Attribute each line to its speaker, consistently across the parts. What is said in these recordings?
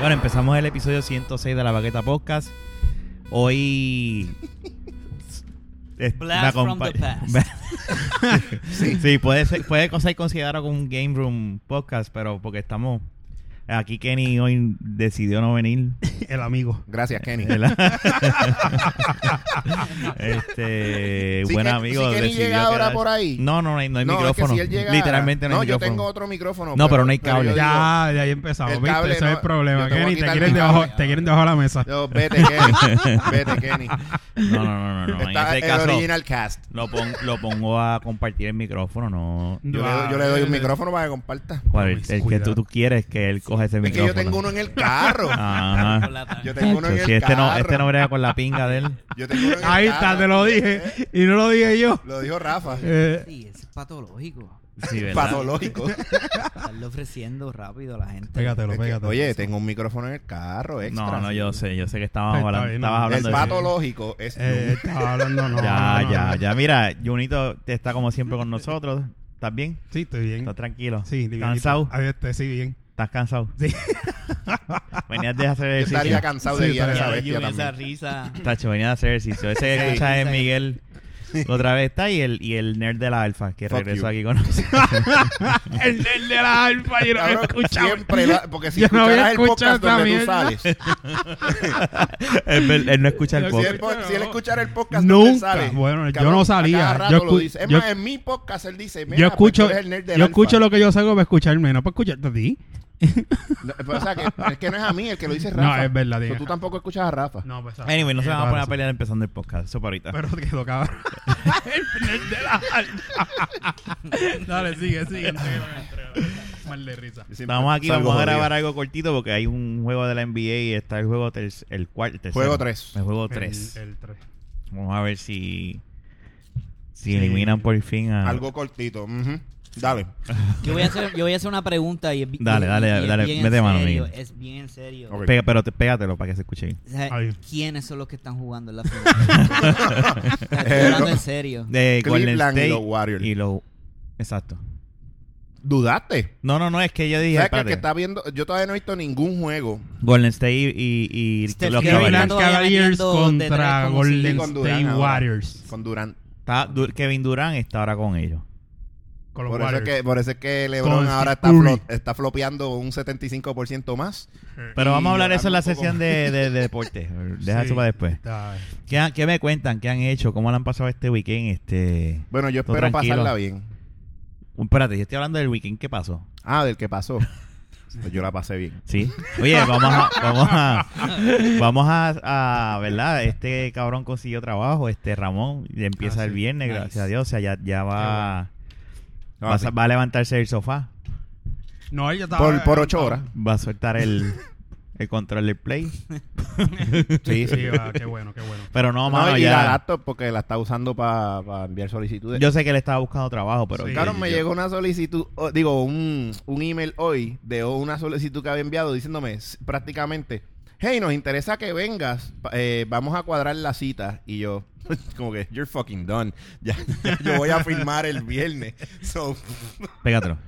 Speaker 1: Bueno, empezamos el episodio 106 de la Baqueta Podcast. Hoy. es-
Speaker 2: Blast
Speaker 1: me
Speaker 2: from the
Speaker 1: acompa-
Speaker 3: Sí.
Speaker 1: sí, puede ser, puede ser considerado como un Game Room Podcast, pero porque estamos. Aquí Kenny hoy decidió no venir.
Speaker 3: El amigo. Gracias, Kenny.
Speaker 1: ¿verdad? este.
Speaker 3: Si
Speaker 1: buen
Speaker 3: Ken-
Speaker 1: amigo.
Speaker 3: si Kenny
Speaker 1: decidió
Speaker 3: llega ahora
Speaker 1: quedar-
Speaker 3: por ahí.
Speaker 1: No, no, no hay, no hay
Speaker 3: es que
Speaker 1: micrófono.
Speaker 3: si él llegara-
Speaker 1: Literalmente no hay
Speaker 3: No, yo
Speaker 1: micrófono.
Speaker 3: tengo otro micrófono.
Speaker 1: No, pero no hay cable.
Speaker 3: yo digo,
Speaker 4: Ya, ya, ya empezamos,
Speaker 3: El
Speaker 4: ¿viste?
Speaker 3: cable
Speaker 4: Ese
Speaker 3: no-
Speaker 4: es el
Speaker 3: yo
Speaker 4: problema,
Speaker 3: te voy a
Speaker 4: Kenny. Te
Speaker 3: quitar
Speaker 4: quieren,
Speaker 3: mi
Speaker 4: debajo,
Speaker 3: cable.
Speaker 4: te quieren debajo de la mesa.
Speaker 3: yo, vete, Kenny. vete, Kenny.
Speaker 1: No, no, no, no. no. En
Speaker 3: Está
Speaker 1: este
Speaker 3: el
Speaker 1: caso,
Speaker 3: original cast.
Speaker 1: lo, pon- lo pongo a compartir el micrófono, no.
Speaker 3: Yo,
Speaker 4: Ah,
Speaker 3: le, yo le doy un
Speaker 4: eh,
Speaker 3: micrófono para que comparta.
Speaker 1: Cuál,
Speaker 4: mis
Speaker 1: el que
Speaker 4: cuidado.
Speaker 1: tú, tú quieres que él coja ese
Speaker 3: Es que
Speaker 1: micrófono. Ah.
Speaker 3: yo tengo uno en el carro.
Speaker 1: Ajá.
Speaker 3: Yo tengo uno en el
Speaker 1: Si este
Speaker 3: carro.
Speaker 1: no, este no brega con la pinga de él.
Speaker 3: Yo tengo uno en el
Speaker 4: Ahí está,
Speaker 3: carro. Eh,
Speaker 4: te lo dije. Y no lo dije yo.
Speaker 3: Lo dijo Rafa.
Speaker 4: Eh,
Speaker 2: Sí, es patológico.
Speaker 1: Sí, ¿verdad?
Speaker 3: Patológico.
Speaker 2: Estarle ofreciendo rápido a la gente.
Speaker 4: pégatelo,
Speaker 3: Es que,
Speaker 4: pégatelo.
Speaker 3: oye, tengo un micrófono en el carro extra.
Speaker 1: No, no, yo sé, yo sé que estábamos
Speaker 4: Está
Speaker 1: hablando,
Speaker 4: bien,
Speaker 1: estabas
Speaker 4: no.
Speaker 3: El
Speaker 1: hablando de-
Speaker 3: patológico es...
Speaker 4: Eh, estaba hablando, no.
Speaker 1: Ya,
Speaker 4: no, no.
Speaker 1: ya, ya. Mira, Junito está como siempre con nosotros. ¿Estás bien?
Speaker 4: Sí, estoy bien.
Speaker 1: ¿Estás tranquilo?
Speaker 4: Sí, bien.
Speaker 1: ¿Cansado?
Speaker 3: Ah.
Speaker 4: Ahí está, sí, bien.
Speaker 1: ¿Estás cansado?
Speaker 4: Sí.
Speaker 1: Venías de hacer
Speaker 3: yo
Speaker 1: ejercicio.
Speaker 3: estaría cansado de
Speaker 4: Sí,
Speaker 3: guiar a esa
Speaker 4: estaría-
Speaker 3: bestia
Speaker 2: esa
Speaker 3: también.
Speaker 2: risa.
Speaker 1: Tacho, venía a hacer ejercicio. Ese que
Speaker 3: Sí.
Speaker 1: escuchas es Miguel. Otra vez está y el, y el nerd de la alfa que
Speaker 3: Fuck
Speaker 1: regresó
Speaker 3: you.
Speaker 1: aquí con nosotros.
Speaker 4: el del de la alfa, yo no había
Speaker 3: Cabrón,
Speaker 4: escuchado.
Speaker 3: siempre la- porque si
Speaker 4: Yo no
Speaker 3: escucharas
Speaker 4: había
Speaker 3: el podcast
Speaker 4: escuchado
Speaker 3: donde tú
Speaker 4: esa
Speaker 3: sales,
Speaker 1: él, ver- él no escucha el
Speaker 4: Yo
Speaker 3: si
Speaker 1: podcast.
Speaker 3: él, po- si él escuchara el podcast
Speaker 4: Nunca.
Speaker 3: donde él sale,
Speaker 4: Bueno, yo
Speaker 3: cabrón,
Speaker 4: no
Speaker 3: a cada
Speaker 4: salía.
Speaker 3: rato
Speaker 4: Yo
Speaker 3: lo
Speaker 4: escu-
Speaker 3: dice. Es
Speaker 4: yo-
Speaker 3: más, en mi podcast él dice, mira,
Speaker 4: Yo
Speaker 3: pues tú
Speaker 4: escucho,
Speaker 3: eres el nerd del
Speaker 4: yo
Speaker 3: alfa.
Speaker 4: escucho lo que yo salgo para escucharme, no para escucharte a ti.
Speaker 3: No, pero, o sea, que, es que no es a mí el que lo dice
Speaker 4: No,
Speaker 3: Rafa.
Speaker 4: es verdad,
Speaker 3: So,
Speaker 4: tiene-
Speaker 3: tú tampoco escuchas a Rafa.
Speaker 4: No, pues.
Speaker 1: Anyway, no se van a poner a
Speaker 4: Ahora sí.
Speaker 1: pelear empezando el podcast. Eso para ahorita.
Speaker 4: Pero te quedó cabrón. el nerd de la alfa. Dale, sigue, sigue. entrégalo, entrégalo. Mal de risa.
Speaker 3: Yo siempre
Speaker 1: Estamos aquí,
Speaker 3: salgo
Speaker 1: vamos a
Speaker 3: jodido.
Speaker 1: grabar algo cortito porque hay un juego de la NBA y está el juego ter- el cuarto,
Speaker 3: Juego tres.
Speaker 1: El juego 3.
Speaker 4: El 3.
Speaker 1: Vamos a ver si si
Speaker 4: Sí.
Speaker 1: eliminan por fin a
Speaker 3: Algo cortito. ujú. Dale.
Speaker 2: Yo voy, a hacer, yo voy a hacer una pregunta y es bi-
Speaker 1: Dale,
Speaker 2: y-
Speaker 1: dale,
Speaker 2: y es
Speaker 1: dale, dale,
Speaker 2: bien en
Speaker 1: mete mano,
Speaker 2: serio,
Speaker 1: Miguel.
Speaker 2: Es bien en serio.
Speaker 3: Ok.
Speaker 1: Pega- pero te- pégatelo para que se escuche. bien.
Speaker 2: O sea,
Speaker 4: Ay.
Speaker 2: ¿Quiénes son los que están jugando en la final? O sea,
Speaker 3: Eh,
Speaker 2: Estoy hablando en serio.
Speaker 1: De Golden
Speaker 3: Cleveland
Speaker 1: State
Speaker 3: y los Warriors.
Speaker 1: y los- exacto.
Speaker 3: ¿Dudaste?
Speaker 1: No, no, no, es que yo dije,
Speaker 3: ¿Sabes que el que
Speaker 1: espérate.
Speaker 3: está viendo? Yo todavía no he visto ningún juego.
Speaker 1: Golden State y, y- y
Speaker 2: Steph
Speaker 1: los
Speaker 2: Curry.
Speaker 1: Cavaliers.
Speaker 2: Durant
Speaker 4: Cleveland
Speaker 2: todavía
Speaker 4: Cavaliers
Speaker 2: metiendo de tres
Speaker 4: contra
Speaker 2: como si-
Speaker 4: Golden
Speaker 3: Y con Durant
Speaker 4: State
Speaker 3: ahora.
Speaker 4: Warriors.
Speaker 3: Con Durant.
Speaker 1: Está Du- Kevin Durant está ahora con ellos.
Speaker 4: Con los
Speaker 3: Por eso, es
Speaker 4: Warriors.
Speaker 3: que, por eso es que LeBron
Speaker 4: Con
Speaker 3: ahora está,
Speaker 4: Curry.
Speaker 3: flo- está flopeando un 75% más.
Speaker 1: Pero vamos a
Speaker 3: Y
Speaker 1: hablar de eso en la
Speaker 3: hablando un poco
Speaker 1: sesión de, de, de deportes. Deja
Speaker 4: Eh, Sí.
Speaker 1: eso para después.
Speaker 4: Está-
Speaker 1: ¿Qué, han- qué me cuentan? ¿Qué han hecho? ¿Cómo la han pasado este weekend? Este...
Speaker 3: Bueno, yo
Speaker 1: Tú
Speaker 3: espero
Speaker 1: tranquilo.
Speaker 3: pasarla bien.
Speaker 1: Uh, Espérate, yo estoy hablando del weekend. ¿Qué pasó?
Speaker 3: Ah, del que pasó. Pues yo la pasé bien.
Speaker 1: Sí. Oye, vamos a... Vamos a... Vamos a, a- ¿Verdad? Este cabrón consiguió trabajo. Este Ramón y empieza
Speaker 4: Ah,
Speaker 1: el
Speaker 4: sí.
Speaker 1: viernes,
Speaker 2: Nice.
Speaker 1: gracias a Dios. O sea, ya, ya va...
Speaker 3: Ah,
Speaker 1: va, a-
Speaker 3: sí.
Speaker 1: va a levantarse del sofá.
Speaker 4: No, ella estaba.
Speaker 3: Por, por ocho horas.
Speaker 1: Va a soltar el... El control del play.
Speaker 4: Sí, sí, va, qué bueno, qué bueno.
Speaker 1: Pero no, mano,
Speaker 3: No, y la
Speaker 1: ya...
Speaker 3: laptop porque la está usando para enviar solicitudes.
Speaker 1: Yo sé que le estaba buscando trabajo, pero...
Speaker 4: Sí.
Speaker 3: Claro,
Speaker 1: yo-
Speaker 3: me
Speaker 1: yo-
Speaker 3: llegó una solicitud, o- digo, un, un email hoy de una solicitud que había enviado diciéndome s- prácticamente, hey, nos interesa que vengas, pa- eh, vamos a cuadrar la cita. Y yo, como que, you're fucking done. Ya, ya yo voy a firmar el viernes. So,
Speaker 1: Pégatelo.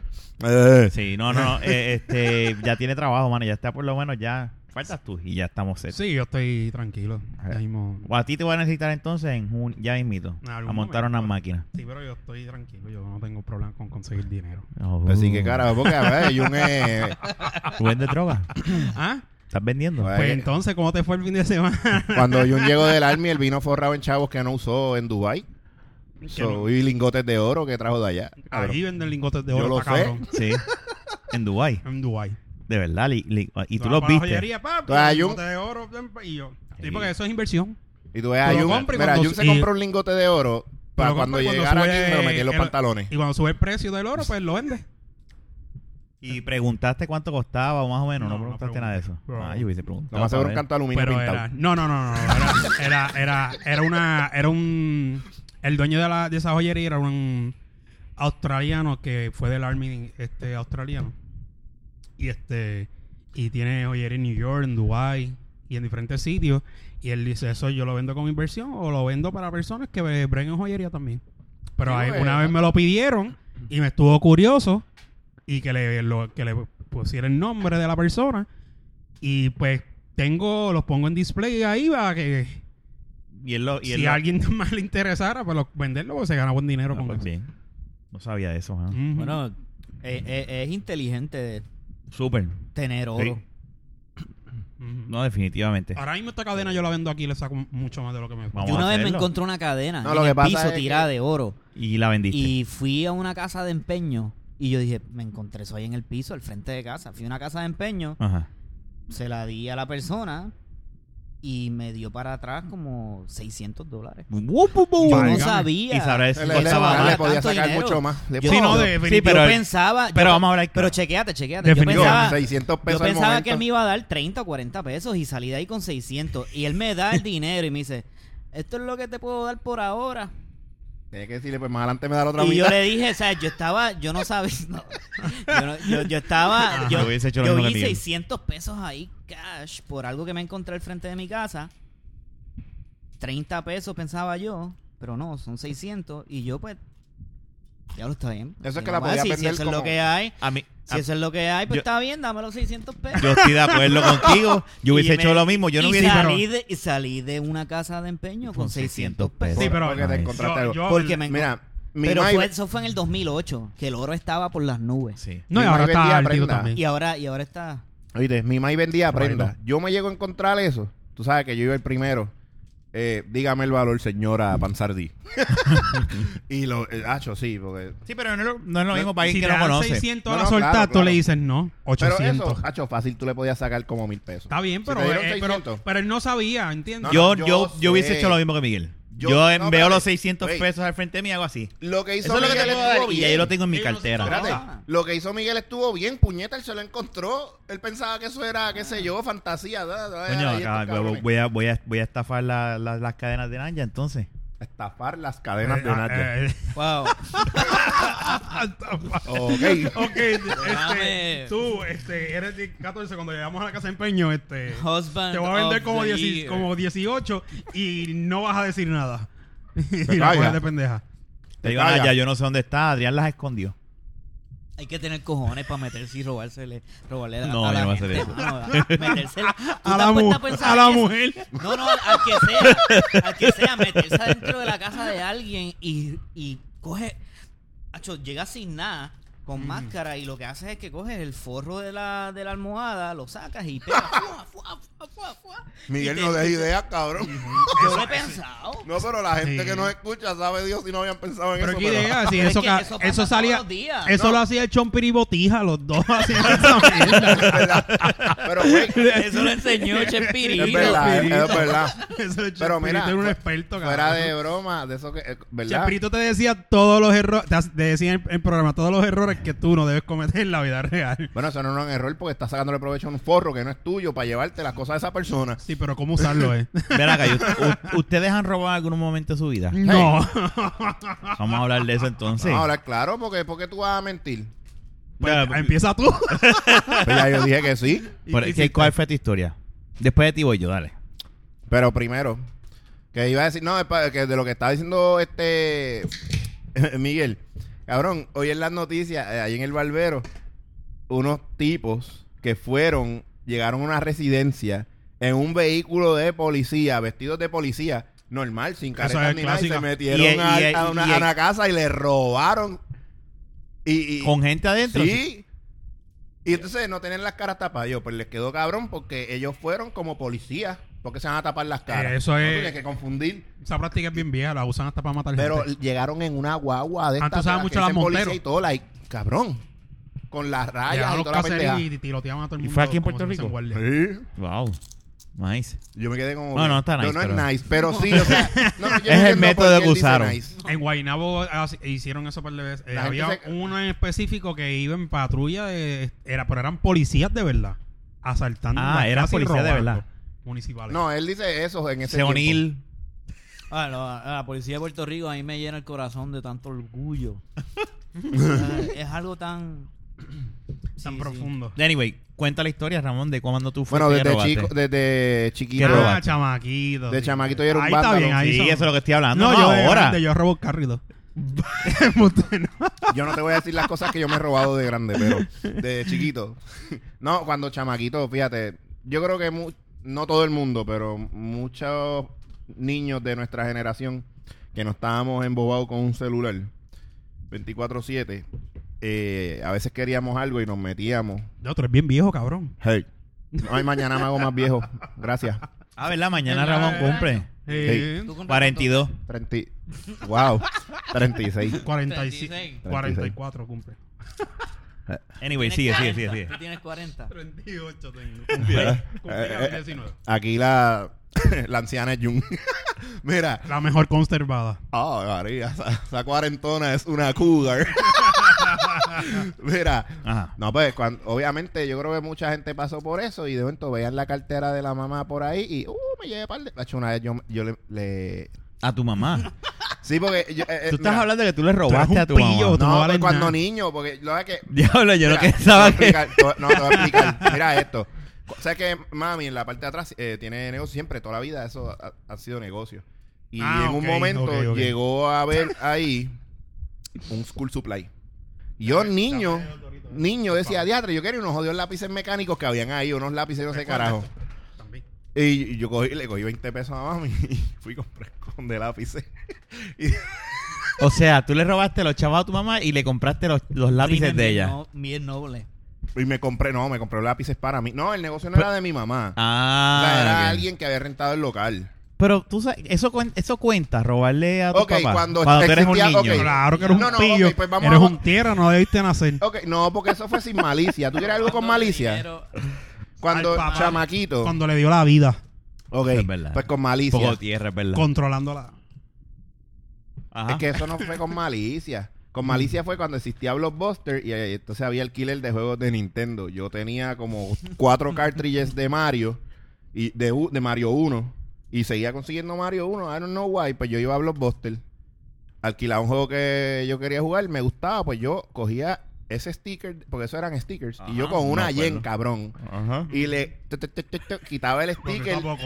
Speaker 3: eh,
Speaker 1: Sí, no, no, eh, este, ya tiene trabajo, mano, ya está por lo menos, ya faltas tú y ya estamos set.
Speaker 4: Sí, yo estoy tranquilo.
Speaker 1: Eh.
Speaker 4: Ya mismo-
Speaker 1: O a ti te voy a necesitar entonces en jun- ya mismito,
Speaker 4: En
Speaker 1: a
Speaker 4: algún
Speaker 1: montar
Speaker 4: momento.
Speaker 1: unas máquinas.
Speaker 4: Sí, pero yo estoy tranquilo. Yo no tengo problema con conseguir dinero.
Speaker 1: Oh.
Speaker 3: Así pues que, carajo, porque, a ver, eh, Jun es-
Speaker 1: ¿Tú vendes droga?
Speaker 3: Eh,
Speaker 4: ¿Ah?
Speaker 1: ¿Estás vendiendo?
Speaker 3: Bueno.
Speaker 4: Pues entonces, ¿cómo te fue el fin de semana?
Speaker 3: cuando Jun llegó del Army, él vino forrado en chavos que no usó en Dubai So,
Speaker 4: no-
Speaker 3: Y lingotes de oro que trajo de allá.
Speaker 4: Ahí venden lingotes de
Speaker 3: Yo
Speaker 4: oro,
Speaker 3: lo
Speaker 4: está
Speaker 3: sé.
Speaker 4: cabrón.
Speaker 1: Sí. En Dubai,
Speaker 4: En Dubái.
Speaker 1: de verdad, li- li- y tú
Speaker 4: Vas
Speaker 1: los
Speaker 4: para la
Speaker 1: viste.
Speaker 4: joyería, papi,
Speaker 3: Entonces, hay un-
Speaker 4: lingotes de oro, y yo.
Speaker 1: Sí.
Speaker 4: Sí, porque eso es inversión.
Speaker 3: Y tú ves a
Speaker 4: Tú lo
Speaker 3: Jun.
Speaker 4: compras y
Speaker 3: Mira,
Speaker 4: cuando-
Speaker 3: Jun se
Speaker 4: y-
Speaker 3: compró un lingote de oro para
Speaker 4: Pero
Speaker 3: cuando,
Speaker 4: compra y
Speaker 3: llegara aquí
Speaker 4: sube
Speaker 3: me lo metí en los
Speaker 4: el-
Speaker 3: pantalones.
Speaker 4: Y cuando sube el precio del oro, pues lo vende.
Speaker 1: Y preguntaste cuánto costaba o más o menos, no,
Speaker 4: No, no
Speaker 1: preguntaste
Speaker 4: pregunté.
Speaker 1: nada de eso.
Speaker 4: No.
Speaker 1: Ah, yo hubiese preguntado.
Speaker 3: Lo más seguro un
Speaker 1: para ver.
Speaker 3: canto de aluminio
Speaker 4: Pero
Speaker 3: pintado.
Speaker 4: era. No, no, no, no. no, Era, era, era, era una. Era un. El dueño de, la, de esa joyería era un australiano que fue del Army este, australiano. Y este. Y tiene joyería en New York, en Dubai y en diferentes sitios. Y él dice: Eso yo lo vendo como inversión o lo vendo para personas que me breguen joyería también. Pero
Speaker 3: Sí,
Speaker 4: ahí-
Speaker 3: bueno.
Speaker 4: una vez me lo pidieron y me estuvo curioso y que le, lo- que le pusiera el nombre de la persona Y pues tengo, los pongo en display ahí para que
Speaker 1: Y él lo. Y él
Speaker 4: si
Speaker 1: lo-
Speaker 4: a alguien más le interesara, pues lo- venderlo, pues se gana buen dinero
Speaker 1: Ah,
Speaker 4: con
Speaker 1: pues
Speaker 4: eso.
Speaker 1: bien. No sabía de eso, ¿eh?
Speaker 4: Ujú.
Speaker 2: Bueno, eh, eh, es inteligente de
Speaker 1: Súper.
Speaker 2: tener oro.
Speaker 1: Sí.
Speaker 4: Ujú.
Speaker 1: No, definitivamente.
Speaker 4: Ahora mismo esta cadena yo la vendo aquí y le saco mucho más de lo que me
Speaker 1: Vamos.
Speaker 2: Yo una
Speaker 1: a
Speaker 2: vez me
Speaker 1: hacerlo.
Speaker 2: encontré una cadena
Speaker 3: No,
Speaker 2: en
Speaker 3: lo que
Speaker 2: el
Speaker 3: pasa
Speaker 2: piso
Speaker 3: es que-
Speaker 2: tirada de oro.
Speaker 1: Y la vendiste.
Speaker 2: Y fui a una casa de empeño y yo dije, me encontré eso ahí en el piso, al frente de casa. Fui a una casa de empeño,
Speaker 1: Ajá.
Speaker 2: se la di a la persona y me dio para atrás como 600 dólares. Yo
Speaker 4: Válgame.
Speaker 2: no sabía.
Speaker 1: Y sabrá
Speaker 3: Le,
Speaker 1: si
Speaker 3: le-
Speaker 1: costaba
Speaker 3: le- le
Speaker 1: más.
Speaker 3: podía
Speaker 2: Tanto
Speaker 3: sacar
Speaker 2: dinero.
Speaker 3: mucho más. Le
Speaker 2: Yo-
Speaker 4: Sí, no,
Speaker 3: puedo-
Speaker 4: de-
Speaker 1: Sí,
Speaker 4: definitivo.
Speaker 1: pero
Speaker 2: yo
Speaker 1: el-
Speaker 2: pensaba.
Speaker 1: pero
Speaker 2: yo-
Speaker 1: vamos a hablar claro.
Speaker 2: Pero chequeate, chequeate. Yo
Speaker 4: Definitivo.
Speaker 2: pensaba,
Speaker 3: 600 pesos
Speaker 2: yo
Speaker 3: al
Speaker 2: pensaba que
Speaker 3: momento.
Speaker 2: él me iba a dar 30, 40 pesos y salí de ahí con 600. Y él me da el dinero y me dice, esto es lo que te puedo dar por ahora.
Speaker 3: Tenía que decirle, pues más adelante me da la otra
Speaker 2: Y yo
Speaker 3: mitad.
Speaker 2: le dije, o sea, yo estaba, yo no sabía, no. yo, no- yo- yo estaba,
Speaker 1: Ajá.
Speaker 2: yo,
Speaker 1: Yo hubiese hecho Ah, lo
Speaker 2: yo
Speaker 1: mismo
Speaker 2: vi
Speaker 1: que Miguel.
Speaker 2: 600 pesos ahí cash por algo que me encontré al frente de mi casa. 30 pesos pensaba yo, pero no, son 600 y yo pues, ya lo está bien.
Speaker 3: Eso es
Speaker 2: Yo
Speaker 3: que la
Speaker 2: voy a
Speaker 3: podía
Speaker 2: decir,
Speaker 3: vender
Speaker 2: Si eso es
Speaker 3: como-
Speaker 2: lo que hay,
Speaker 1: A mí.
Speaker 2: si eso es lo que hay, pues
Speaker 1: yo-
Speaker 2: está bien, dame los 600 pesos.
Speaker 1: Yo estoy de acuerdo contigo. Yo hubiese
Speaker 2: Y
Speaker 1: hecho
Speaker 2: me-
Speaker 1: lo mismo. Yo no
Speaker 2: y
Speaker 1: hubiese.
Speaker 2: salí de, y salí de una casa de empeño con 600 pesos.
Speaker 4: Sí, pero-
Speaker 3: Porque te encontraste
Speaker 4: Yo-
Speaker 3: algo.
Speaker 4: yo-
Speaker 2: Porque me
Speaker 3: Mira, mi
Speaker 2: pero
Speaker 3: mai-
Speaker 2: fue- eso fue en el 2008, que el oro estaba por las nubes.
Speaker 1: Sí.
Speaker 4: No, y
Speaker 3: Mi
Speaker 4: ahora
Speaker 3: madre vendía
Speaker 4: está altido
Speaker 3: prenda.
Speaker 4: también.
Speaker 2: Y ahora, y ahora está.
Speaker 3: Oíste, mi maíz vendía
Speaker 4: Por ahí
Speaker 3: prenda. Yo me llego a encontrar eso. Tú sabes que yo iba el primero. Eh, dígame el valor, señora Panzardi. y lo... eh, Hacho, sí, porque...
Speaker 1: Sí, pero no es lo, no es lo
Speaker 3: No,
Speaker 1: mismo para
Speaker 4: si
Speaker 1: alguien
Speaker 4: te
Speaker 1: que no
Speaker 4: dan
Speaker 1: conoce.
Speaker 4: 600
Speaker 3: No,
Speaker 4: a la
Speaker 3: no,
Speaker 4: solta,
Speaker 3: claro,
Speaker 4: tú le
Speaker 3: claro.
Speaker 4: dices no,
Speaker 3: Pero
Speaker 4: 800.
Speaker 3: eso, Hacho, fácil, tú le podías sacar como mil pesos.
Speaker 4: Está bien,
Speaker 3: Si
Speaker 4: pero,
Speaker 3: te dieron
Speaker 4: eh, pero-
Speaker 3: 600.
Speaker 4: pero él no sabía,
Speaker 3: No,
Speaker 4: ¿entiendes?
Speaker 1: yo,
Speaker 3: no,
Speaker 1: yo,
Speaker 3: yo
Speaker 1: yo hubiese
Speaker 3: sé.
Speaker 1: hecho lo mismo que Miguel.
Speaker 3: Yo-
Speaker 1: Yo,
Speaker 3: no,
Speaker 1: veo
Speaker 3: espérate.
Speaker 1: los 600
Speaker 3: Ey.
Speaker 1: pesos al frente de mí y hago así.
Speaker 3: Lo que hizo
Speaker 1: Eso es lo que
Speaker 3: Miguel
Speaker 1: te puedo dar.
Speaker 3: estuvo
Speaker 1: Y
Speaker 3: bien.
Speaker 1: ya yo lo tengo en mi
Speaker 4: Ellos no se
Speaker 1: cartera.
Speaker 4: saben.
Speaker 3: Espérate,
Speaker 2: Ah.
Speaker 3: lo que hizo Miguel estuvo bien, puñeta, él se lo encontró. Él pensaba que eso era, qué sé yo, fantasía. da, da, da,
Speaker 1: Coño,
Speaker 3: y estos
Speaker 1: acá, voy,
Speaker 3: cabrones.
Speaker 1: voy a, voy, a, voy a estafar la- la- las cadenas de Nanja entonces.
Speaker 3: Estafar las
Speaker 4: Eh,
Speaker 3: cadenas de
Speaker 4: ah,
Speaker 3: Nadia.
Speaker 4: eh, ah,
Speaker 2: Wow.
Speaker 3: Ok.
Speaker 4: ok, este,
Speaker 2: Déjame.
Speaker 4: tú este, eres de 14 cuando llegamos a la casa de empeño. Este,
Speaker 2: Husband
Speaker 4: te voy a vender
Speaker 2: of
Speaker 4: como,
Speaker 2: the
Speaker 4: 10
Speaker 2: year.
Speaker 4: como 18 y no vas a decir nada.
Speaker 3: Te
Speaker 4: y la
Speaker 3: calla.
Speaker 4: coges de pendeja.
Speaker 1: Te
Speaker 3: Te
Speaker 1: digo,
Speaker 3: calla.
Speaker 1: Nanja, yo no sé dónde está. Adrián las escondió.
Speaker 2: Hay que tener cojones para meterse y robársele, robarle a-
Speaker 1: No,
Speaker 2: a la
Speaker 1: yo no voy a
Speaker 2: gente.
Speaker 1: hacer eso.
Speaker 2: mano, a- metérsela. ¿Tú
Speaker 4: A
Speaker 2: te
Speaker 4: la,
Speaker 2: has
Speaker 4: mu-
Speaker 2: puesto pensar
Speaker 4: a la
Speaker 2: en eso?
Speaker 4: mujer.
Speaker 2: No, no, al, al que sea. Al que sea, meterse dentro de la casa de alguien y, y coge. Acho, llega sin nada, con
Speaker 4: Mm.
Speaker 2: máscara, y lo que haces es que coges el forro de la, de la almohada, lo sacas y pegas. fuá, fuá, fuá, fuá, fuá.
Speaker 3: Miguel
Speaker 2: Y
Speaker 3: no
Speaker 2: te-
Speaker 3: dé ideas, cabrón.
Speaker 2: Yo lo he pensado.
Speaker 3: No, pero la gente
Speaker 4: Sí.
Speaker 3: que nos escucha sabe Dios si no habían pensado en
Speaker 4: Pero
Speaker 3: eso.
Speaker 4: qué
Speaker 3: pero-
Speaker 4: idea, si
Speaker 2: Pero es
Speaker 4: eso,
Speaker 2: que
Speaker 4: ca-
Speaker 2: eso
Speaker 4: eso,
Speaker 2: pasa todos
Speaker 4: salía.
Speaker 2: los días.
Speaker 4: Eso
Speaker 3: No.
Speaker 4: lo hacía el Chomper y Botija, los dos hacían esa mierda.
Speaker 3: ¿verdad? Pero, güey,
Speaker 2: Eso lo enseñó Chespirito.
Speaker 3: es verdad, es,
Speaker 4: Pirito.
Speaker 3: es verdad.
Speaker 4: Eso el
Speaker 3: Pero
Speaker 4: Chespirito
Speaker 3: mira,
Speaker 4: era un
Speaker 3: fu-
Speaker 4: experto,
Speaker 3: Fuera
Speaker 4: cabrón.
Speaker 3: de broma, de eso que, eh, ¿verdad?
Speaker 4: Chespirito te decía todos los errores, te, te decía en el programa todos los errores que tú no debes cometer en la vida real.
Speaker 3: Bueno, eso no es un error porque estás sacándole provecho a un forro que no es tuyo para llevarte las cosas de esa persona.
Speaker 4: Sí, pero ¿cómo usarlo, eh?
Speaker 1: Ven acá, ¿y u- ¿ustedes han robado en algún momento de su vida?
Speaker 4: no.
Speaker 1: Vamos a hablar de eso entonces.
Speaker 3: Ahora, claro, porque porque tú vas a mentir.
Speaker 4: Pues,
Speaker 1: Ya,
Speaker 4: empieza tú.
Speaker 3: Pues ya yo dije que sí.
Speaker 4: ¿Y
Speaker 1: Pero,
Speaker 4: qué
Speaker 1: ¿qué-
Speaker 4: hiciste?
Speaker 1: ¿Cuál fue tu historia? Después de ti voy yo, dale.
Speaker 3: Pero primero, que iba a decir, no, es pa- que de lo que estaba diciendo este Miguel, cabrón, hoy en las noticias, eh, ahí en el barbero, unos tipos que fueron, llegaron a una residencia en un vehículo de policía, vestidos de policía, normal, sin caretas
Speaker 4: es
Speaker 3: ni nada, y se
Speaker 4: clásica.
Speaker 3: metieron
Speaker 1: Y- y-
Speaker 3: a,
Speaker 1: y-
Speaker 3: a una,
Speaker 1: y-
Speaker 3: a una casa y le robaron. Y, y-
Speaker 1: ¿Con gente adentro?
Speaker 3: Sí. Y entonces no tenían las caras tapadas. Yo, pues les quedó cabrón porque ellos fueron como policías. Porque se van a tapar las caras.
Speaker 4: Eh, eso
Speaker 3: No
Speaker 4: es-
Speaker 3: tienes que confundir.
Speaker 4: Esa práctica es bien vieja, la usan hasta para matar
Speaker 3: Pero
Speaker 4: gente.
Speaker 3: llegaron en una guagua de
Speaker 4: Ah, tú
Speaker 3: estas
Speaker 4: sabes
Speaker 3: de las
Speaker 4: mucho
Speaker 3: que
Speaker 4: las
Speaker 3: dicen policía
Speaker 4: Montero.
Speaker 3: y todo, like, cabrón. Con las rayas
Speaker 4: Llegaron
Speaker 3: y
Speaker 4: los
Speaker 3: toda la pendeja.
Speaker 4: caseros y tiroteaban a todo el
Speaker 1: ¿Y
Speaker 4: mundo.
Speaker 1: fue aquí en
Speaker 4: como
Speaker 1: Puerto
Speaker 4: si fuesen
Speaker 1: Rico?
Speaker 4: guardias.
Speaker 3: Sí.
Speaker 1: Wow. Nice.
Speaker 3: Yo me quedé como...
Speaker 1: No, no está nice,
Speaker 3: No, no
Speaker 1: pero-
Speaker 3: es nice, pero sí, o sea... no, yo
Speaker 1: Es
Speaker 3: no
Speaker 1: el
Speaker 3: entiendo por
Speaker 1: método
Speaker 3: qué
Speaker 1: que
Speaker 3: él dice
Speaker 1: usaron.
Speaker 3: nice.
Speaker 4: En Guaynabo ah, sí, hicieron eso par de veces. Eh,
Speaker 3: La gente
Speaker 4: había
Speaker 3: se-
Speaker 4: uno en específico que iba en patrulla, de, era, pero eran policías de verdad. Asaltando.
Speaker 1: Ah,
Speaker 4: las
Speaker 1: eran
Speaker 4: casas y
Speaker 1: policías de
Speaker 4: robando
Speaker 1: verdad.
Speaker 4: Municipales.
Speaker 3: No, él dice eso en ese tiempo.
Speaker 1: Seonil.
Speaker 2: Ah, lo- a la policía de Puerto Rico a mí me llena el corazón de tanto orgullo. Eh, es algo tan...
Speaker 4: tan
Speaker 2: Sí, sí.
Speaker 4: profundo.
Speaker 1: Anyway, cuenta la historia, Ramón, de cuando tú fuiste
Speaker 3: Bueno,
Speaker 1: y
Speaker 3: desde
Speaker 1: robaste.
Speaker 3: chico, desde chiquito.
Speaker 1: ¿Qué
Speaker 4: Ah,
Speaker 1: robaste?
Speaker 4: chamaquito.
Speaker 3: De
Speaker 4: sí.
Speaker 3: chamaquito yo era un
Speaker 4: Ahí está
Speaker 3: vándalo.
Speaker 4: bien, ahí
Speaker 1: Sí,
Speaker 4: son-
Speaker 1: eso es lo que estoy hablando.
Speaker 4: No,
Speaker 1: No,
Speaker 4: yo de
Speaker 1: ahora.
Speaker 4: grande, yo robo carritos. Embuste, no.
Speaker 3: Yo no te voy a decir las cosas que yo me he robado de grande, pero de chiquito. No, cuando chamaquito, fíjate, yo creo que mu- no todo el mundo, pero muchos niños de nuestra generación que no estábamos embobados con un celular 24-7, eh, a veces queríamos algo y nos metíamos.
Speaker 4: De otro, es bien viejo, cabrón.
Speaker 3: Hey. Ay, mañana me hago más viejo. Gracias.
Speaker 1: Ah, ¿verdad? Mañana
Speaker 4: ¿Verdad?
Speaker 1: Ramón cumple.
Speaker 4: Eh,
Speaker 2: Tú con
Speaker 1: 42.
Speaker 3: 30. Wow. 36.
Speaker 4: 46,
Speaker 2: 36.
Speaker 4: 44 cumple.
Speaker 1: Anyway,
Speaker 2: Tienes 40,
Speaker 1: sigue, sigue, sigue, sigue.
Speaker 2: Tú tienes 40.
Speaker 4: 38 tengo.
Speaker 3: Eh, eh,
Speaker 4: 19.
Speaker 3: Aquí la, la anciana es Jun. Mira.
Speaker 4: La mejor conservada.
Speaker 3: Ah, María, esa, esa cuarentona es una cougar. Mira,
Speaker 1: Ajá.
Speaker 3: no, pues cuan- obviamente yo creo que mucha gente pasó por eso y de momento veían la cartera de la mamá por ahí y, uh, me llevé par de. Tacho, una vez yo, yo le, le-
Speaker 1: A tu mamá.
Speaker 3: Sí, porque. yo- eh, eh,
Speaker 1: Tú estás
Speaker 3: mira,
Speaker 1: hablando de que tú le robaste
Speaker 4: un
Speaker 1: a tu mamá.
Speaker 4: pillo. tú no
Speaker 3: No, pues,
Speaker 4: vales
Speaker 3: cuando
Speaker 4: nada.
Speaker 3: niño, porque lo que.
Speaker 1: Diablo, yo no
Speaker 3: Mira,
Speaker 1: pensaba
Speaker 3: te voy
Speaker 1: que...
Speaker 3: a explicar, te- no, te voy a explicar. Mira esto. O sea que mami en la parte de atrás eh, tiene negocio siempre, toda la vida eso ha, ha sido negocio. Y
Speaker 4: Ah,
Speaker 3: en un
Speaker 4: ok,
Speaker 3: momento
Speaker 4: ok, ok.
Speaker 3: llegó a ver ahí un school supply. Y Yo niño, niño decía, diatre, yo quería unos jodidos lápices mecánicos que habían ahí, unos lápices no sé carajo.
Speaker 4: También.
Speaker 3: Y yo cogí, le cogí 20 pesos a mami y fui a comprar con de lápices.
Speaker 1: O sea, tú le robaste los chavos a tu mamá y le compraste los, los lápices
Speaker 2: Crimen
Speaker 1: de
Speaker 2: bien
Speaker 1: ella.
Speaker 2: no- bien noble.
Speaker 3: Y me compré, no, me compré lápices para mí. No, el negocio no era de mi mamá. O sea,
Speaker 1: Ah.
Speaker 3: era
Speaker 1: ok.
Speaker 3: alguien que había rentado el local.
Speaker 1: Pero tú sabes, eso, cuen- eso cuenta, robarle a tu
Speaker 3: Ok,
Speaker 1: papá.
Speaker 3: cuando
Speaker 1: tú eres un
Speaker 3: existía-
Speaker 1: niño.
Speaker 3: ok.
Speaker 4: Claro que eres un
Speaker 3: No, no,
Speaker 4: pillo.
Speaker 3: ok, pues vamos
Speaker 4: eres
Speaker 3: a- Oh.
Speaker 4: un tierra, no debiste nacer.
Speaker 3: Ok, no, porque eso fue sin malicia. ¿Tú quieres algo con malicia?
Speaker 2: Dinero,
Speaker 3: Cuando
Speaker 4: Al papá.
Speaker 3: chamaquito.
Speaker 4: Cuando le dio la vida,
Speaker 3: Ok,
Speaker 1: Es verdad.
Speaker 3: pues con
Speaker 1: Poco
Speaker 3: malicia.
Speaker 1: tierra, es verdad.
Speaker 4: controlándola.
Speaker 1: Ajá.
Speaker 3: Es
Speaker 1: Ah.
Speaker 3: que eso no fue con malicia. Con
Speaker 1: Mm.
Speaker 3: malicia fue cuando existía Blockbuster y eh, entonces había el killer de juegos de Nintendo. Yo tenía como cuatro cartridges de Mario y de, u- de Mario 1 y seguía consiguiendo Mario 1. I don't know why, pues yo iba a Blockbuster. Alquilaba un juego que yo quería jugar, me gustaba, pues yo cogía ese sticker, porque eso eran stickers, y yo
Speaker 1: Ajá,
Speaker 3: con
Speaker 1: me
Speaker 3: una
Speaker 1: acuerdo.
Speaker 3: yen, cabrón.
Speaker 1: Ajá.
Speaker 3: y le tu, tu, tu, tu, tu, quitaba el
Speaker 4: Porque
Speaker 3: sticker
Speaker 4: tampoco.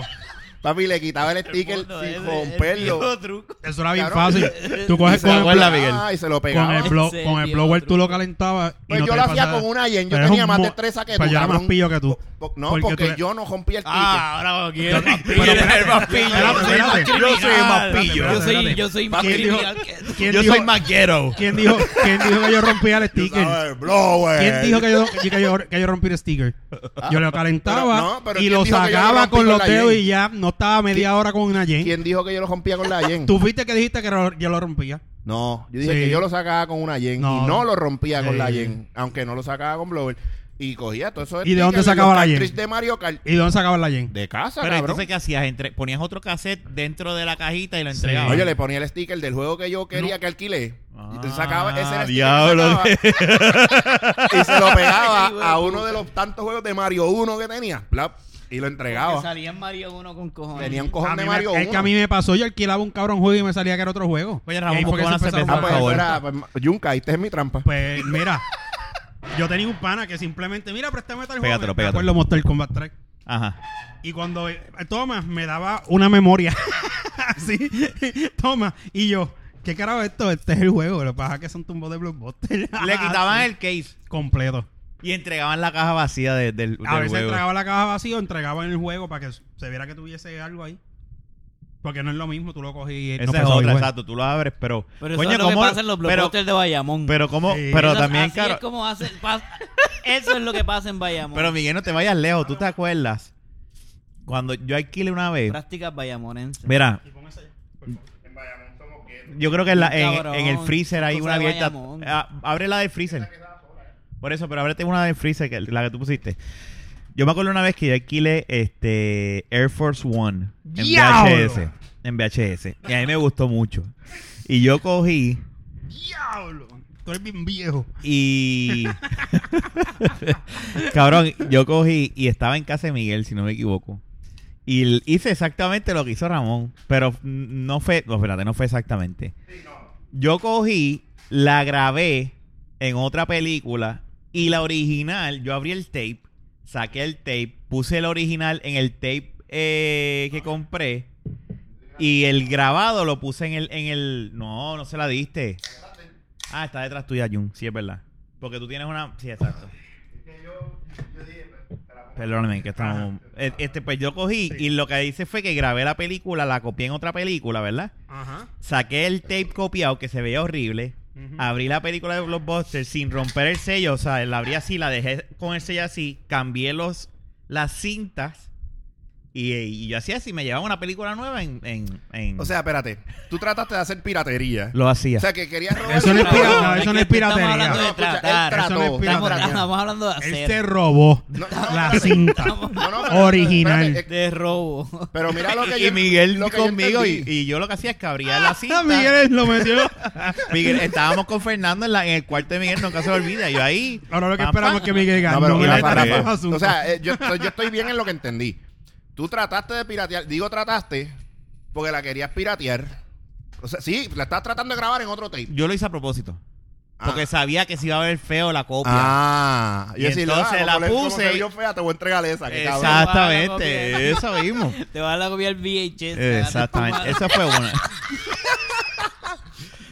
Speaker 3: papi le quitaba el
Speaker 2: el
Speaker 3: sticker
Speaker 2: mundo es
Speaker 3: sin
Speaker 2: el
Speaker 3: romperlo
Speaker 2: viejo truco.
Speaker 4: Eso era bien
Speaker 3: Cabrón.
Speaker 4: fácil. Tú coges
Speaker 3: se
Speaker 4: con
Speaker 3: lo
Speaker 4: el,
Speaker 1: acuerda,
Speaker 3: pegaba,
Speaker 1: Miguel.
Speaker 3: y se lo
Speaker 4: con
Speaker 3: pegaba
Speaker 4: el, blo-
Speaker 2: Ese
Speaker 4: con el
Speaker 2: viejo
Speaker 4: blower tú lo
Speaker 2: truco.
Speaker 4: calentabas. y
Speaker 3: pues
Speaker 4: no
Speaker 3: yo
Speaker 4: te
Speaker 3: lo hacía
Speaker 4: pasaba-
Speaker 3: con una yen yo
Speaker 4: Pero eres
Speaker 3: tenía
Speaker 4: un
Speaker 3: más
Speaker 4: mo-
Speaker 3: destreza que tú
Speaker 4: Pues yo era más
Speaker 3: cabrón.
Speaker 4: pillo que tú.
Speaker 3: Po- no
Speaker 4: Porque
Speaker 3: porque,
Speaker 4: tú Ah, eres-
Speaker 3: yo no rompí el ticket
Speaker 2: ahora quiero más
Speaker 4: Pero-
Speaker 1: eres más pillo.
Speaker 4: Espérate, espérate.
Speaker 1: Yo soy
Speaker 3: Ah,
Speaker 1: más pillo.
Speaker 2: Yo soy,
Speaker 4: espérate.
Speaker 2: yo soy más
Speaker 3: Papi,
Speaker 2: criminal que tú.
Speaker 4: ¿Quién
Speaker 1: Yo
Speaker 4: dijo-
Speaker 1: soy más ghetto.
Speaker 4: ¿Quién dijo, ¿Quién dijo que yo rompía el
Speaker 3: Tú
Speaker 4: sticker?
Speaker 3: sabes, blower.
Speaker 4: ¿Quién dijo que yo, que yo, que yo rompí el sticker? Yo lo calentaba
Speaker 3: Ah. Pero no, pero
Speaker 4: y
Speaker 3: ¿quién dijo
Speaker 4: lo
Speaker 3: que yo lo
Speaker 4: sacaba
Speaker 3: rompí
Speaker 4: con
Speaker 3: con
Speaker 4: los
Speaker 3: la
Speaker 4: dedos
Speaker 3: yen?
Speaker 4: y ya no estaba media hora con una yen.
Speaker 3: ¿Quién dijo que yo lo rompía con la yen
Speaker 4: Tú fuiste que dijiste que lo- yo lo rompía.
Speaker 3: no yo dije
Speaker 4: Sí.
Speaker 3: que yo lo sacaba con una yen
Speaker 4: No.
Speaker 3: y no lo rompía con la
Speaker 4: Sí.
Speaker 3: yen aunque no lo sacaba con blower y cogía todo eso
Speaker 4: ¿Y de dónde
Speaker 3: stickers
Speaker 4: sacaba
Speaker 3: los
Speaker 4: la yen?
Speaker 3: cartridges de Mario Kart
Speaker 4: ¿Y dónde sacaba la yen?
Speaker 3: de casa
Speaker 1: Pero
Speaker 3: cabrón
Speaker 1: entonces, ¿qué hacías? Entre, ponías otro cassette dentro de la cajita y lo entregabas.
Speaker 3: Oye, le ponía el sticker del juego que yo quería que alquilé.
Speaker 1: Ah,
Speaker 3: Y te sacaba ese era el sticker que
Speaker 1: diablo.
Speaker 3: sacaba, y se lo pegaba
Speaker 2: Ay, hijo de
Speaker 3: a uno de los tantos juegos de Mario 1 que tenía. plap, y lo
Speaker 2: Que
Speaker 3: entregaba.
Speaker 2: salía en Mario 1 con cojones.
Speaker 3: Tenía un
Speaker 4: A
Speaker 3: cojón de
Speaker 4: mí me-
Speaker 3: Mario
Speaker 4: es
Speaker 3: 1.
Speaker 4: que a mí me pasó, yo alquilaba un cabrón juego y me salía que era otro juego.
Speaker 1: Oye,
Speaker 4: Y
Speaker 1: Ramón,
Speaker 4: ahí
Speaker 1: busca
Speaker 4: fue que se
Speaker 1: una
Speaker 4: empezaron
Speaker 1: cerveza,
Speaker 4: a
Speaker 3: Ah,
Speaker 1: por
Speaker 4: jugar.
Speaker 3: pues,
Speaker 1: favor.
Speaker 3: era, pues, Yunka, esta es mi trampa.
Speaker 4: Pues mira, yo tenía un pana que simplemente, mira, préstame tal juego.
Speaker 1: Pégatelo,
Speaker 4: Me
Speaker 1: pégatelo.
Speaker 4: acuerdo Mortal Kombat 3.
Speaker 1: Ajá.
Speaker 4: Y cuando eh, Toma me daba una memoria. Así. Toma. Y yo, ¿qué carajo es esto? Este es el juego. Lo que pasa es que son tumbos de blockbuster.
Speaker 3: Ah,
Speaker 1: Le quitaban el case
Speaker 4: completo.
Speaker 1: y entregaban la caja vacía de- del, del
Speaker 4: A veces
Speaker 1: huevo.
Speaker 4: entregaba la caja vacía o entregaban el juego para que se viera que tuviese algo ahí. Porque no es lo mismo, tú lo cogí y Eh, no pues,
Speaker 1: Esa es
Speaker 4: pensaba
Speaker 1: otra,
Speaker 4: igual.
Speaker 1: exacto. Tú lo abres, pero...
Speaker 2: Pero
Speaker 1: Coño,
Speaker 2: eso es lo que
Speaker 1: ¿cómo-
Speaker 2: pasa en los
Speaker 1: pero,
Speaker 2: blockbusters de Bayamón.
Speaker 1: pero cómo...
Speaker 4: Sí.
Speaker 1: Pero
Speaker 2: Eso es-
Speaker 1: también,
Speaker 2: así
Speaker 1: claro...
Speaker 2: es como hace, pasa- eso es lo que pasa en Bayamón.
Speaker 1: Pero Miguel, no te vayas lejos. ¿Tú te acuerdas? Cuando yo alquilé una vez...
Speaker 2: Prácticas bayamonenses.
Speaker 1: Mira,
Speaker 4: Y pon esa ahí.
Speaker 1: yo creo que en, la- en-
Speaker 2: Cabrón,
Speaker 1: en el freezer hay
Speaker 2: cosa
Speaker 1: una
Speaker 2: de
Speaker 1: abierta.
Speaker 2: Bayamón.
Speaker 1: Ah, abre la del freezer. Por eso, pero ábrete una del freezer, que, la que tú pusiste. Yo me acuerdo una vez que yo alquilé este Air Force One en
Speaker 4: ¡Diablo!
Speaker 1: VHS. En VHS. Y a mí me gustó mucho. Y yo cogí
Speaker 4: ¡Diablo! Tú eres bien viejo.
Speaker 1: y... Cabrón, yo cogí y estaba en casa de Miguel, si no me equivoco. Y l- hice exactamente lo que hizo Ramón. Pero n- no fue... No, espérate, no fue exactamente. Yo cogí, la grabé en otra película y la original, yo abrí el tape, saqué el tape, puse el original en el tape eh, que compré y el grabado lo puse en el... En el no, no se la diste. Ah, está detrás tuya, Jun. Sí, es verdad. Porque tú tienes una... Sí, exacto.
Speaker 3: yo, dije, te la
Speaker 1: Perdóname, que
Speaker 3: Ah.
Speaker 1: estamos. Eh, Este, pues yo cogí y lo que hice fue que grabé la película, la copié en otra película, ¿verdad?
Speaker 4: Ajá.
Speaker 1: Saqué el tape copiado que se veía horrible.
Speaker 4: Ujú.
Speaker 1: Abrí la película de Blockbuster sin romper el sello. O sea, la abrí así, la dejé con el sello así. Cambié los, las cintas. Y, y yo hacía así, me llevaba una película nueva en. en- en-
Speaker 3: O sea, espérate. Tú trataste de hacer piratería.
Speaker 1: lo hacía.
Speaker 3: O sea, que querías robar.
Speaker 4: Eso no es
Speaker 2: No,
Speaker 4: pirata- no,
Speaker 2: es
Speaker 4: eso no
Speaker 2: que
Speaker 4: es
Speaker 2: estamos
Speaker 4: piratería.
Speaker 2: hablando
Speaker 3: No,
Speaker 2: de
Speaker 3: escucha, él
Speaker 2: tratar.
Speaker 3: trató,
Speaker 4: Eso no es
Speaker 2: Estamos,
Speaker 4: piratería.
Speaker 2: estamos hablando de
Speaker 4: Él
Speaker 2: hacer.
Speaker 4: se robó
Speaker 3: No, no,
Speaker 4: la
Speaker 3: espérate.
Speaker 4: cinta
Speaker 3: No, no, pero-
Speaker 4: original.
Speaker 3: espérate,
Speaker 2: De robo.
Speaker 3: eh, Pero mira lo que
Speaker 1: y,
Speaker 3: yo.
Speaker 1: y Miguel
Speaker 3: lo que yo
Speaker 1: conmigo y,
Speaker 3: entendí.
Speaker 1: y yo lo que hacía es que abría la cinta.
Speaker 4: Ah, Miguel lo metió.
Speaker 1: Miguel, estábamos con Fernando en, la- en el cuarto de Miguel, nunca se lo olvida. Yo ahí.
Speaker 4: Ahora lo que
Speaker 1: pam,
Speaker 4: esperamos
Speaker 1: pam.
Speaker 4: es que Miguel
Speaker 3: No,
Speaker 4: gane.
Speaker 3: pero
Speaker 4: No,
Speaker 3: mira,
Speaker 4: le
Speaker 1: para
Speaker 3: espérate.
Speaker 1: que-
Speaker 4: atrapó asunto.
Speaker 3: O sea, eh, yo, estoy- yo estoy bien en lo que entendí. Tú trataste de piratear. Digo trataste porque la querías piratear. O sea, sí, la estás tratando de grabar en otro tape.
Speaker 1: Yo lo hice a propósito.
Speaker 3: Ah.
Speaker 1: Porque sabía que se iba a ver feo la copia.
Speaker 3: Ah,
Speaker 1: Y entonces la puse y-
Speaker 3: Yo fea, te voy a entregar esa. que cabrón. Ah,
Speaker 1: Exactamente, eso mismo.
Speaker 2: Te van a copiar VHS.
Speaker 1: Eh, Exactamente, esa fue una.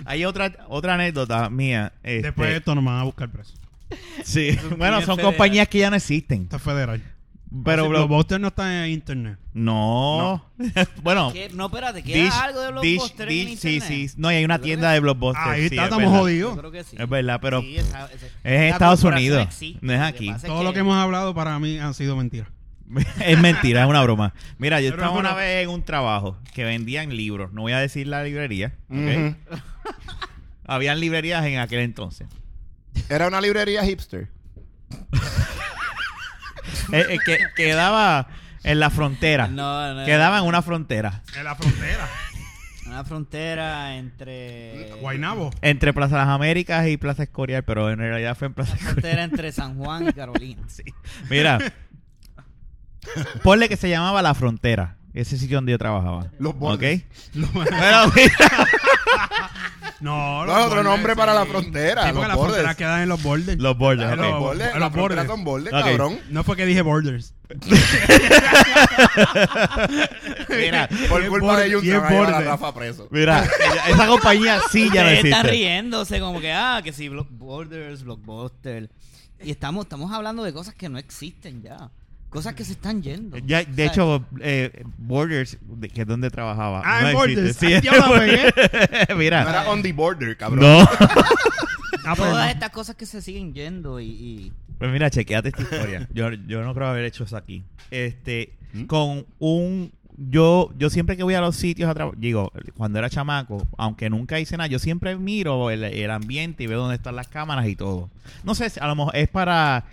Speaker 1: Hay otra otra anécdota mía. este,
Speaker 4: Después de esto nos van a buscar preso.
Speaker 1: sí. Bueno, son
Speaker 2: federal.
Speaker 1: compañías que ya no existen.
Speaker 4: Esto es federal.
Speaker 1: Pero
Speaker 4: Así,
Speaker 1: Blo-
Speaker 4: los Busters no están en internet.
Speaker 1: no. bueno,
Speaker 2: ¿Qué? No, espérate, ¿queda
Speaker 1: Dish-
Speaker 2: algo de los
Speaker 1: Dish-
Speaker 2: pósteres en
Speaker 1: Dish- sí,
Speaker 2: internet?
Speaker 1: sí. No, y hay una
Speaker 2: Yo creo
Speaker 1: tienda
Speaker 2: que-
Speaker 1: de blockbusters.
Speaker 4: Ahí
Speaker 1: sí,
Speaker 4: está,
Speaker 1: es
Speaker 4: estamos
Speaker 1: verdad.
Speaker 4: jodidos.
Speaker 2: Yo creo que sí.
Speaker 1: Es verdad, pero
Speaker 2: Sí, esa- esa-
Speaker 1: en
Speaker 2: la
Speaker 1: Estados
Speaker 2: corporación
Speaker 1: Unidos,
Speaker 2: existe,
Speaker 1: no es
Speaker 2: lo que
Speaker 1: aquí.
Speaker 2: pasa
Speaker 4: Todo lo que hemos hablado para mí han sido mentiras.
Speaker 1: es mentira, es una broma. Mira, yo
Speaker 4: Pero
Speaker 1: estaba
Speaker 4: es una-
Speaker 1: una vez en un trabajo que vendían libros. No voy a decir la librería. ¿ok?
Speaker 3: Ujú.
Speaker 1: Habían librerías en aquel entonces.
Speaker 3: Era una librería hipster.
Speaker 1: Eh, eh, que quedaba en la frontera.
Speaker 2: No, no.
Speaker 1: Quedaba en una frontera.
Speaker 4: En la frontera.
Speaker 2: Una frontera
Speaker 1: Eh,
Speaker 2: entre.
Speaker 4: Guaynabo.
Speaker 1: Entre Plaza Las Américas y Plaza Escorial, pero en realidad fue en Plaza
Speaker 2: Una
Speaker 1: Escorial.
Speaker 2: frontera entre San Juan y Carolina.
Speaker 1: Sí. Mira, ponle que se llamaba La Frontera, ese sitio donde yo trabajaba.
Speaker 3: Los bordes.
Speaker 1: ¿Ok?
Speaker 4: Lo-
Speaker 1: Pero mira,
Speaker 4: no,
Speaker 3: No, otro nombre para la
Speaker 4: Sí,
Speaker 3: frontera.
Speaker 4: porque
Speaker 3: los
Speaker 4: la
Speaker 3: bordes.
Speaker 4: frontera queda en los bordes.
Speaker 1: Oh, los bordes,
Speaker 4: Los
Speaker 1: ok.
Speaker 3: Los bordes.
Speaker 4: Los
Speaker 3: Los bordes.
Speaker 4: bordes.
Speaker 3: son bordes,
Speaker 1: Ok.
Speaker 3: cabrón.
Speaker 4: No fue que dije borders.
Speaker 1: Mira,
Speaker 3: Por
Speaker 4: Bien
Speaker 3: culpa de
Speaker 4: borde,
Speaker 3: Junta
Speaker 4: bien
Speaker 3: van a llevar a
Speaker 4: borde.
Speaker 3: Rafa preso.
Speaker 1: mira, esa compañía sí ya no
Speaker 2: Ustedes están
Speaker 1: existe.
Speaker 2: riéndose, como que, ah, que si Blo- Borders, Blockbuster. Y estamos, estamos hablando de cosas que no existen ya. Cosas que se están yendo.
Speaker 1: Ya,
Speaker 2: O
Speaker 1: de
Speaker 2: sea,
Speaker 1: hecho, eh, Borders, de- que es donde trabajaba.
Speaker 4: Ah, en
Speaker 1: existe.
Speaker 4: Borders.
Speaker 1: Sí,
Speaker 4: Ah, ya la
Speaker 1: mira.
Speaker 3: No era on the border, cabrón.
Speaker 1: No.
Speaker 4: Ah, pero
Speaker 2: Todas
Speaker 4: no.
Speaker 2: estas cosas que se siguen yendo y. y-
Speaker 1: Pues mira, chequeate esta historia. Yo, yo no creo haber hecho eso aquí. Este,
Speaker 3: ¿Mm?
Speaker 1: con un yo yo siempre que voy a los sitios a traba- digo, cuando era chamaco, aunque nunca hice nada, yo siempre miro el, el ambiente y veo dónde están las cámaras y todo. No sé, si- a lo mejor es para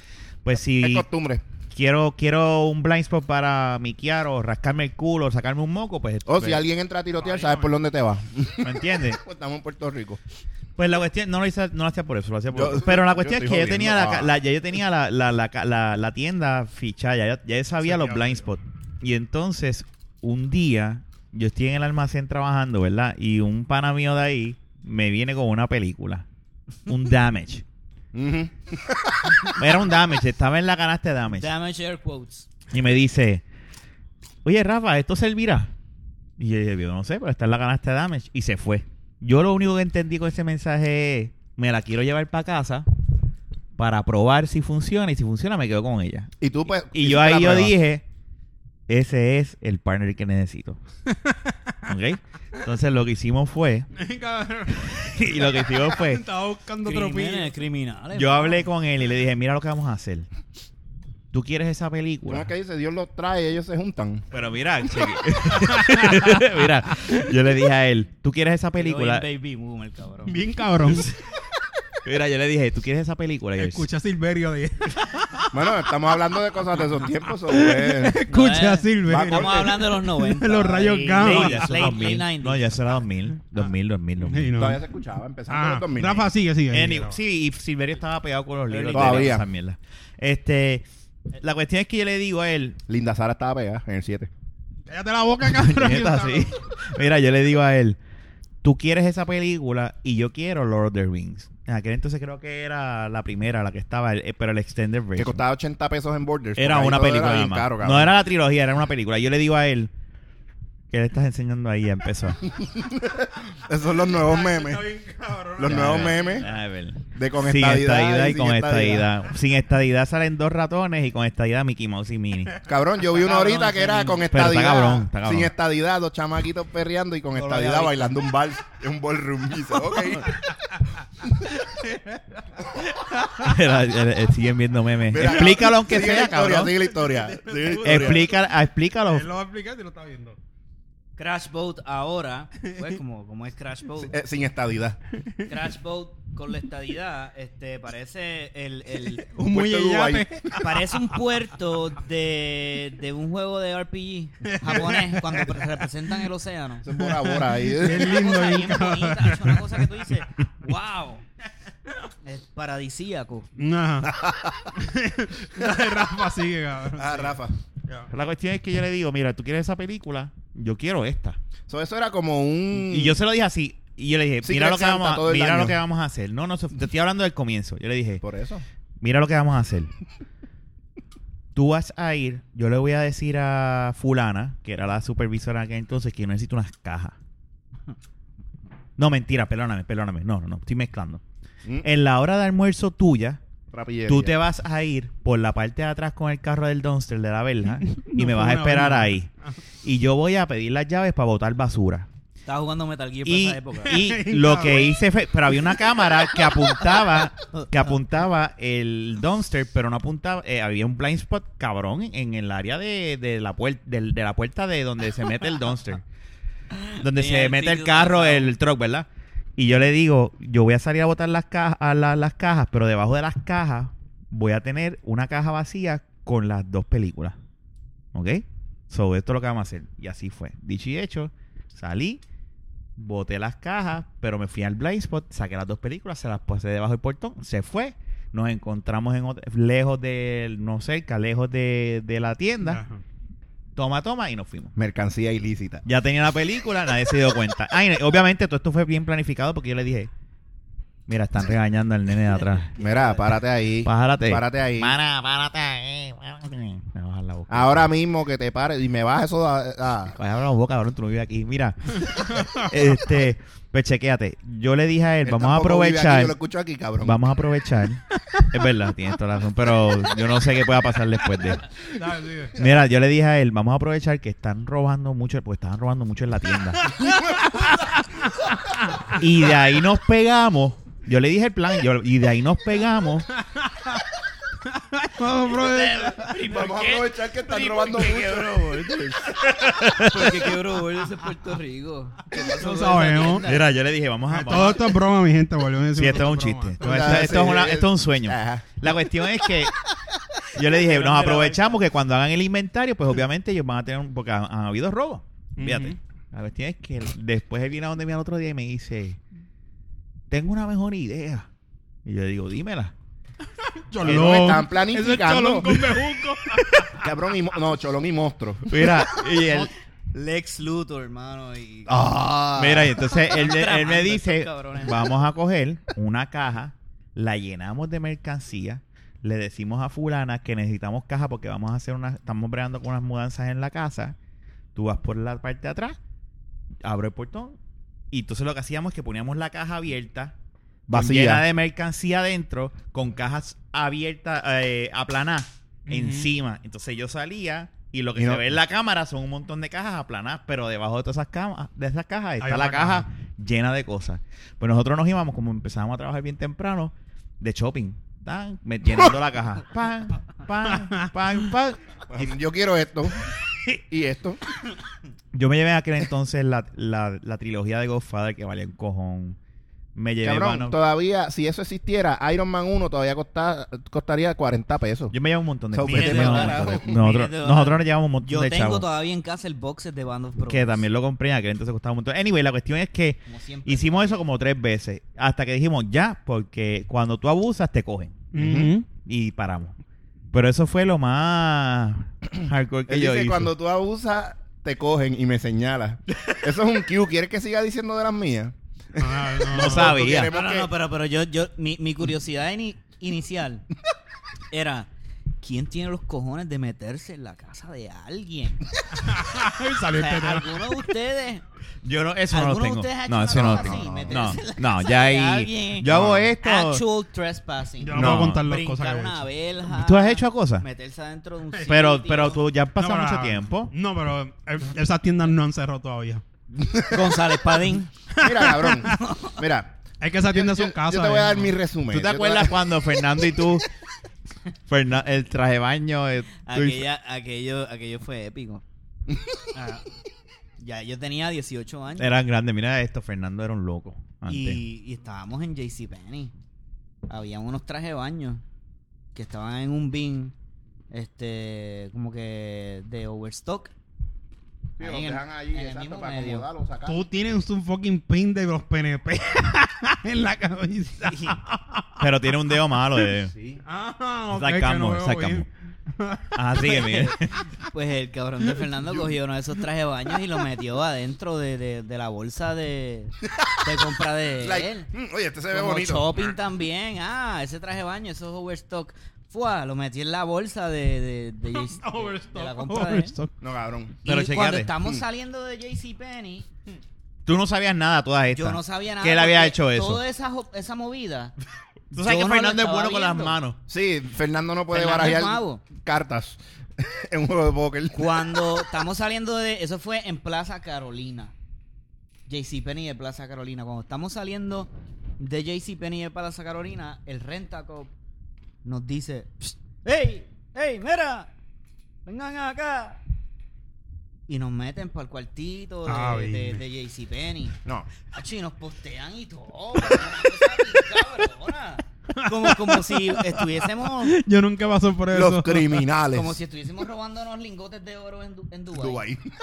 Speaker 1: pues
Speaker 3: Es
Speaker 1: si
Speaker 3: costumbre.
Speaker 1: quiero quiero un blind spot para miquear o rascarme el culo o sacarme un moco, pues
Speaker 3: O si
Speaker 1: pues,
Speaker 3: alguien entra a tirotear, sabes por dónde te vas.
Speaker 1: ¿me entiendes?
Speaker 3: Estamos en Puerto Rico.
Speaker 1: Pues la cuestión, no lo, hice, no lo hacía por eso, lo hacía por
Speaker 3: Yo-
Speaker 1: otro. Pero la
Speaker 3: yo
Speaker 1: cuestión es
Speaker 3: estoy
Speaker 1: que yo tenía, la,
Speaker 3: jodiendo,
Speaker 1: ca-
Speaker 3: ah.
Speaker 1: la- ya yo tenía la, la, la, ca- la- la tienda fichada, ya, ya yo sabía
Speaker 4: Sí,
Speaker 1: los
Speaker 4: ya,
Speaker 1: blind
Speaker 4: ya.
Speaker 1: spots. Y entonces, un día, yo estoy en el almacén trabajando, ¿verdad? Y un pana mío de ahí me viene con una película, un damage.
Speaker 3: Ujú.
Speaker 1: Era un damage, estaba en la canasta de damage.
Speaker 2: damage air quotes.
Speaker 1: Y me dice, oye Rafa, ¿esto servirá? Y yo, yo no sé, pero está en la canasta de damage. Y se fue. Yo lo único que entendí con ese mensaje es, me la quiero llevar para casa para probar si funciona. Y si funciona, me quedo con ella.
Speaker 3: Y tú, pues.
Speaker 1: Y yo
Speaker 3: hiciste la
Speaker 1: ahí yo
Speaker 3: prueba.
Speaker 1: dije, ese es el partner que necesito. ¿Ok? Entonces lo que hicimos fue,
Speaker 4: Cabrón,
Speaker 1: y lo que hicimos
Speaker 3: pues,
Speaker 1: fue,
Speaker 4: Estaba buscando otro
Speaker 2: Crímenes, criminales.
Speaker 1: yo
Speaker 2: mano.
Speaker 1: hablé con él y le dije, mira lo que vamos a hacer. ¿Tú quieres esa
Speaker 3: ¿Cómo
Speaker 1: película?
Speaker 3: es que dice? Dios los trae, ellos se juntan.
Speaker 1: Pero mira, cheque- mira, yo le dije a él, ¿tú quieres esa película?
Speaker 2: Yo en Baby Boomer, cabrón.
Speaker 4: Bien cabrón.
Speaker 1: Mira, yo le dije, ¿tú quieres esa película? Y él,
Speaker 4: Escucha a Silverio de
Speaker 3: Bueno, estamos hablando de cosas de esos tiempos. pues, sobre-
Speaker 4: Escucha a
Speaker 2: eh,
Speaker 4: Silverio.
Speaker 2: Estamos hablando de los 90.
Speaker 4: Los rayos
Speaker 2: ahí,
Speaker 4: gamma.
Speaker 1: No,
Speaker 2: late- Ah.
Speaker 1: ya eso era
Speaker 2: late
Speaker 1: 2000.
Speaker 2: 90s.
Speaker 1: No, ya eso era 2000, 2000, 2000, 2000.
Speaker 4: Sí, no.
Speaker 3: Todavía se escuchaba, empezando en
Speaker 4: Ah,
Speaker 3: los 2000.
Speaker 4: Rafa, sigue, sigue. sigue.
Speaker 1: Anyway, sí, y Silverio estaba pegado con los libros.
Speaker 3: Todavía.
Speaker 1: de esa mierda. Este, la cuestión es que yo le digo a él,
Speaker 3: Linda Sara estaba pegada en el 7.
Speaker 4: Cállate la boca, cabrón.
Speaker 1: Neta,
Speaker 4: Yo
Speaker 1: sí. Mira, yo le digo a él, tú quieres esa película y yo quiero Lord of the Rings. En aquel entonces creo que era la primera, la que estaba, eh, pero el extended version.
Speaker 3: Que costaba 80 pesos en Borders.
Speaker 1: Era
Speaker 3: porque ahí
Speaker 1: una
Speaker 3: todo
Speaker 1: película
Speaker 3: Era
Speaker 1: nada
Speaker 3: bien
Speaker 1: más.
Speaker 3: caro, cabrón.
Speaker 1: no era la trilogía, era una película. Yo le digo a él, ¿Qué le estás enseñando ahí? Ya empezó.
Speaker 3: Esos son los nuevos memes. Los
Speaker 1: Ya,
Speaker 3: nuevos
Speaker 1: ya,
Speaker 3: memes
Speaker 1: ya, ver.
Speaker 3: de con
Speaker 1: sin
Speaker 3: estadidad.
Speaker 1: estadidad y
Speaker 3: sin
Speaker 1: con estadidad. Sin estadidad salen dos ratones y con estadidad Mickey Mouse y Minnie.
Speaker 3: Cabrón, yo vi una
Speaker 2: cabrón,
Speaker 3: ahorita que
Speaker 2: sí,
Speaker 3: era
Speaker 2: mismo.
Speaker 3: con
Speaker 1: Pero está
Speaker 3: estadidad.
Speaker 1: cabrón, está cabrón.
Speaker 3: Sin estadidad, dos chamaquitos perreando y con
Speaker 2: No lo había
Speaker 3: estadidad
Speaker 2: visto.
Speaker 3: bailando un vals. Un ballroom. Y dice, ok.
Speaker 1: Pero, eh, eh, siguen viendo memes.
Speaker 3: Mira,
Speaker 1: explícalo aunque
Speaker 3: sigue
Speaker 1: sea,
Speaker 3: la historia,
Speaker 1: cabrón.
Speaker 3: Sigue la historia. sigue la historia.
Speaker 1: Explica, ah, explícalo.
Speaker 4: Él lo va a explicar y lo está viendo.
Speaker 2: Crash Boat ahora, pues como, como es Crash Boat,
Speaker 3: Eh, sin estadidad.
Speaker 2: Crash Boat con la estadidad, este, parece el, el-
Speaker 4: Un
Speaker 3: Puerto
Speaker 4: muelle
Speaker 3: Dubái.
Speaker 4: yate.
Speaker 2: parece un puerto de, de un juego de RPG japonés cuando pre- representan el océano.
Speaker 3: Eso es Bora Bora ahí.
Speaker 4: Qué
Speaker 2: Una
Speaker 4: lindo,
Speaker 2: cosa
Speaker 4: bien
Speaker 2: bien
Speaker 4: cabrón.
Speaker 2: bonita, es una cosa que tú dices, wow, es paradisíaco.
Speaker 4: Nah. Dale, Rafa sigue, cabrón.
Speaker 3: Ah, Rafa.
Speaker 4: Ya.
Speaker 1: La cuestión es que yo le digo, mira, tú quieres esa película, yo quiero esta.
Speaker 3: So, eso era como un.
Speaker 1: Y yo se lo dije así. Y yo le dije,
Speaker 3: Mm. Secret
Speaker 1: mira, lo que,
Speaker 3: Santa
Speaker 1: vamos a,
Speaker 3: todo el
Speaker 1: mira lo
Speaker 3: año.
Speaker 1: que vamos a hacer. No, no, te estoy hablando del comienzo. Yo le dije,
Speaker 3: Por eso.
Speaker 1: mira lo que vamos a hacer. Tú vas a ir, yo le voy a decir a fulana, que era la supervisora en aquel entonces, que yo necesito unas cajas. No, mentira, perdóname, perdóname. No, no, no, estoy mezclando.
Speaker 3: Mm,
Speaker 1: En la hora de almuerzo tuya,
Speaker 3: rapillería.
Speaker 1: Eh, tú te vas a ir por la parte de atrás con el carro del dumpster de la verja y me
Speaker 4: No,
Speaker 1: vas a
Speaker 4: una
Speaker 1: esperar
Speaker 4: verja.
Speaker 1: ahí. Y yo voy a pedir las llaves para botar basura.
Speaker 2: Estaba jugando Metal Gear por
Speaker 1: Y,
Speaker 2: esa época.
Speaker 1: y lo que hice fue, pero había una cámara que apuntaba, que apuntaba el dumpster, pero no apuntaba, eh, había un blind spot cabrón en, en el área de, de la puerta, de, la puerta de donde se mete el dumpster, donde
Speaker 2: Tenía
Speaker 1: se
Speaker 2: el
Speaker 1: mete el
Speaker 2: título
Speaker 1: carro,
Speaker 2: pasado.
Speaker 1: el truck, ¿verdad? Y yo le digo, yo voy a salir a botar las cajas, a la- las cajas, pero debajo de las cajas voy a tener una caja vacía con las dos películas, ¿ok? So, esto es lo que vamos a hacer. Y así fue. Dicho y hecho, salí, boté las cajas, pero me fui al blind spot, saqué las dos películas, se las pasé debajo del portón, se fue. Nos encontramos en ot- lejos del, no cerca, lejos de, de la tienda.
Speaker 4: Ajá.
Speaker 1: Toma, toma, y nos fuimos.
Speaker 3: Mercancía ilícita.
Speaker 1: Ya tenía la película, nadie se dio cuenta. Ay, no, obviamente todo esto fue bien planificado porque yo le dije, mira, están regañando al nene de atrás.
Speaker 3: Mira, párate ahí.
Speaker 1: Párate.
Speaker 3: Párate ahí.
Speaker 1: Para, párate ahí, párate. Me voy a bajar la boca.
Speaker 3: Ahora mismo que te pares y me bajas eso. a- a-
Speaker 1: Vaya, abre la boca, cabrón, tú no vives aquí. Mira, este, pues chequéate. Yo le dije a él,
Speaker 3: Él
Speaker 1: vamos a
Speaker 3: tampoco vive
Speaker 1: aprovechar.
Speaker 3: aquí, yo lo escucho aquí, cabrón.
Speaker 1: Vamos a aprovechar. es verdad, tienes toda la razón, pero yo no sé qué pueda pasar después de.
Speaker 4: Dale, sigue.
Speaker 1: Mira, yo le dije a él, vamos a aprovechar que están robando mucho, porque estaban robando mucho en la tienda. y de ahí nos pegamos. Yo le dije el plan, yo- y de ahí nos pegamos.
Speaker 4: Vamos, brother.
Speaker 3: Vamos a aprovechar que están robando mucho.
Speaker 2: Porque quebró boludo, ese Puerto Rico. ¿Qué pasó
Speaker 4: No
Speaker 2: con
Speaker 4: sabemos.
Speaker 2: esa tienda?
Speaker 1: Mira, yo le dije, vamos a.
Speaker 4: Todo esto es broma, mi gente, volvemos a decir.
Speaker 1: Sí, esto es un
Speaker 4: broma.
Speaker 1: chiste. Esto,
Speaker 3: Ah,
Speaker 1: esto- esto
Speaker 3: sí.
Speaker 1: es una- esto es un sueño.
Speaker 3: Ajá.
Speaker 1: La cuestión es que yo le dije, nos aprovechamos que cuando hagan el inventario, pues obviamente ellos van a tener, un- porque han, han habido robos. Fíjate.
Speaker 4: Ujú.
Speaker 1: La cuestión es que el- después él viene a donde me al otro día y me dice, tengo una mejor idea. Y yo digo, dímela.
Speaker 4: Cholón.
Speaker 3: Ellos están
Speaker 4: Ese es
Speaker 3: planificando.
Speaker 4: cholón con bejuco.
Speaker 3: Cabrón y mo- no, cholón y monstruo.
Speaker 1: Mira, y él,
Speaker 2: Lex Luthor, hermano. Y...
Speaker 3: Ah.
Speaker 1: mira, y entonces él, me- él
Speaker 2: Tramando
Speaker 1: me
Speaker 2: estos
Speaker 1: dice,
Speaker 2: cabrones.
Speaker 1: vamos a coger una caja, la llenamos de mercancía, le decimos a fulana que necesitamos caja porque vamos a hacer una, estamos bregando con unas mudanzas en la casa, tú vas por la parte de atrás, abro el portón, y entonces lo que hacíamos es que poníamos la caja abierta, con
Speaker 3: Vacía.
Speaker 1: llena de mercancía adentro, con cajas abiertas, eh, aplanadas,
Speaker 4: Ujú.
Speaker 1: encima. Entonces yo salía... Y lo que
Speaker 3: Y
Speaker 1: se
Speaker 3: no-
Speaker 1: ve en la cámara son un montón de cajas aplanadas, pero debajo de todas esas, camas, de esas cajas está
Speaker 4: Hay
Speaker 1: la
Speaker 4: una
Speaker 1: caja,
Speaker 4: caja.
Speaker 1: llena de cosas. Pues nosotros nos íbamos, como empezábamos a trabajar bien temprano, de shopping. Tan, me- Llenando la caja. Pan, pan, pan, pan.
Speaker 3: Yo quiero esto. Y esto.
Speaker 1: Yo me llevé en aquel entonces la, la, la trilogía de Godfather que valía un cojón. Me llevé
Speaker 3: Cabrón,
Speaker 1: mano-
Speaker 3: todavía, si eso existiera, Iron Man 1 todavía costa- costaría 40 pesos.
Speaker 1: Yo me llevé un montón de
Speaker 3: So,
Speaker 1: cosas.
Speaker 3: vete
Speaker 1: Yo me llevé un
Speaker 2: para
Speaker 1: montón de-
Speaker 2: abajo. Vete
Speaker 1: Nosotros,
Speaker 2: para
Speaker 1: nosotros
Speaker 2: abajo.
Speaker 1: nos llevamos un montón
Speaker 2: Yo
Speaker 1: de
Speaker 2: tengo
Speaker 1: chavos.
Speaker 2: todavía en casa el boxet de Band of Brothers.
Speaker 1: Que también lo compré en aquel entonces costaba un montón. Anyway, la cuestión es que
Speaker 2: Como siempre.
Speaker 1: hicimos eso como tres veces. Hasta que dijimos ya, porque cuando tú abusas te cogen.
Speaker 4: Ujú.
Speaker 1: y paramos. Pero eso fue lo más hardcore que
Speaker 3: Él
Speaker 1: yo
Speaker 3: dice,
Speaker 1: hice.
Speaker 3: cuando tú abusas, te cogen y me señalas. Eso es un cue. ¿Quieres que siga diciendo de las mías?
Speaker 4: Ah, no,
Speaker 1: No
Speaker 4: no.
Speaker 1: sabía.
Speaker 3: queremos-
Speaker 2: No, no,
Speaker 3: que-
Speaker 2: no, pero, pero yo, yo mi, mi curiosidad ini- inicial era ¿quién tiene los cojones de meterse en la casa de alguien? O
Speaker 4: Salió
Speaker 2: sea,
Speaker 4: este tema.
Speaker 2: alguno de ustedes
Speaker 1: Yo no, eso no lo
Speaker 2: ¿Alguno de
Speaker 1: tengo.
Speaker 2: ustedes ha
Speaker 1: No,
Speaker 2: hecho
Speaker 1: eso
Speaker 2: una
Speaker 1: no lo
Speaker 2: cosa
Speaker 1: tengo.
Speaker 2: así?
Speaker 1: No,
Speaker 2: Meterse en la
Speaker 1: no,
Speaker 2: casa
Speaker 1: ya
Speaker 2: de
Speaker 1: ahí.
Speaker 2: alguien. ah,
Speaker 1: Yo
Speaker 4: Ah,
Speaker 1: hago esto.
Speaker 2: actual trespassing.
Speaker 4: Yo no,
Speaker 1: No.
Speaker 4: puedo contar las
Speaker 2: Brincar
Speaker 4: cosas que he
Speaker 2: una
Speaker 4: hecho.
Speaker 2: verja.
Speaker 1: ¿Tú has hecho cosas?
Speaker 2: Meterse adentro de un
Speaker 1: Pero,
Speaker 2: sitio.
Speaker 1: pero tú ya has pasado
Speaker 4: No, pero-
Speaker 1: mucho tiempo.
Speaker 4: No, pero eh, esas tiendas no han cerrado todavía.
Speaker 2: González Padín.
Speaker 3: Mira, cabrón. Mira.
Speaker 4: Es que esas tiendas son
Speaker 3: yo,
Speaker 4: casas.
Speaker 3: yo te voy a
Speaker 4: eh,
Speaker 3: dar
Speaker 4: no.
Speaker 3: mi resumen.
Speaker 1: ¿Tú
Speaker 3: Yo
Speaker 1: te
Speaker 3: voy a-
Speaker 1: acuerdas cuando Fernando y tú... Fernan- el traje de baño... el- tú y-
Speaker 2: Aquella, aquello, aquello fue épico. Ah, ya yo tenía 18 años.
Speaker 1: Eran grandes. Mira esto, Fernando era un loco. Antes.
Speaker 2: Y, y estábamos en JCPenney. Había unos trajes de baño que estaban en un bin, este, como que de overstock.
Speaker 3: Sí,
Speaker 2: Ahí
Speaker 3: los
Speaker 2: en el-
Speaker 3: dejan allí,
Speaker 2: en el
Speaker 3: exacto,
Speaker 2: mismo
Speaker 3: para
Speaker 2: medio.
Speaker 3: acomodarlo, sacar.
Speaker 4: Tú tienes un fucking pin de los PNP en la camisa.
Speaker 1: Pero tiene un dedo malo. Eh.
Speaker 3: Sí.
Speaker 4: Ah, ok, que no
Speaker 1: Sacamos,
Speaker 4: veo
Speaker 1: sacamos.
Speaker 4: bien.
Speaker 1: Ajá, sigue, Miguel.
Speaker 2: Pues el cabrón de Fernando cogió uno de esos trajes de baño y lo metió adentro de, de- de la bolsa de, de compra de
Speaker 3: Like,
Speaker 2: él.
Speaker 3: mm, oye, este se ve
Speaker 2: Como
Speaker 3: bonito.
Speaker 2: shopping también. Ah, ese traje de baño, eso es overstock. Fua, lo metí en la bolsa de, de, de, Jay- de- de la
Speaker 4: Overstock.
Speaker 2: compra de él.
Speaker 4: Overstock.
Speaker 3: No, cabrón.
Speaker 1: Pero Mm.
Speaker 2: y
Speaker 1: chequéate.
Speaker 2: cuando estamos saliendo de JCPenney,
Speaker 1: Tú no sabías nada todas estas.
Speaker 2: yo no sabía nada.
Speaker 1: Que él había
Speaker 2: porque
Speaker 1: hecho eso.
Speaker 2: Toda esa, jo- esa movida.
Speaker 1: Tú sabes
Speaker 2: yo
Speaker 1: que
Speaker 2: no la
Speaker 1: Fernando es
Speaker 2: estaba
Speaker 1: bueno con las
Speaker 2: viendo.
Speaker 1: manos.
Speaker 3: Sí, Fernando no puede
Speaker 2: Fernando es
Speaker 3: barajear
Speaker 2: mago.
Speaker 3: cartas en un juego de póker.
Speaker 2: Cuando estamos saliendo de. Eso fue en Plaza Carolina. JCPenney de Plaza Carolina. Cuando estamos saliendo de JCPenney de Plaza Carolina, el Rentacop nos dice: "Psst, ¡Ey! ¡Ey! ¡Mira! ¡Vengan acá! Y nos meten para el cuartito de,
Speaker 4: Ah,
Speaker 2: de,
Speaker 4: dime.
Speaker 2: de JCPenney.
Speaker 3: No.
Speaker 2: Acho, y nos postean y todo. una cosa bien cabrona. Como, como si estuviésemos
Speaker 4: Yo nunca paso por eso.
Speaker 3: Los criminales.
Speaker 2: como si estuviésemos robándonos lingotes de oro en, Du- en Dubái.
Speaker 3: Dubái.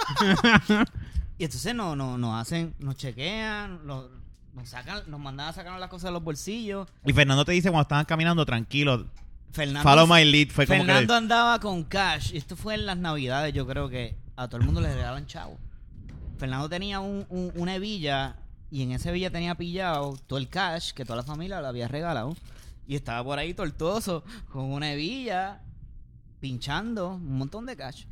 Speaker 2: Y entonces no, no, nos hacen, nos chequean, nos, nos sacan, nos mandan a sacarnos las cosas de los bolsillos.
Speaker 1: Y Fernando te dice cuando estaban caminando, tranquilo,
Speaker 2: Fernando,
Speaker 1: follow my lead. Fue como
Speaker 2: Fernando
Speaker 1: que...
Speaker 2: andaba con cash. Esto fue en las navidades, yo creo que a todo el mundo le regalaban chavo. Fernando tenía un- un- una hebilla y en esa hebilla tenía pillado todo el cash que toda la familia le había regalado. Y estaba por ahí tortoso con una hebilla, pinchando un montón de cash.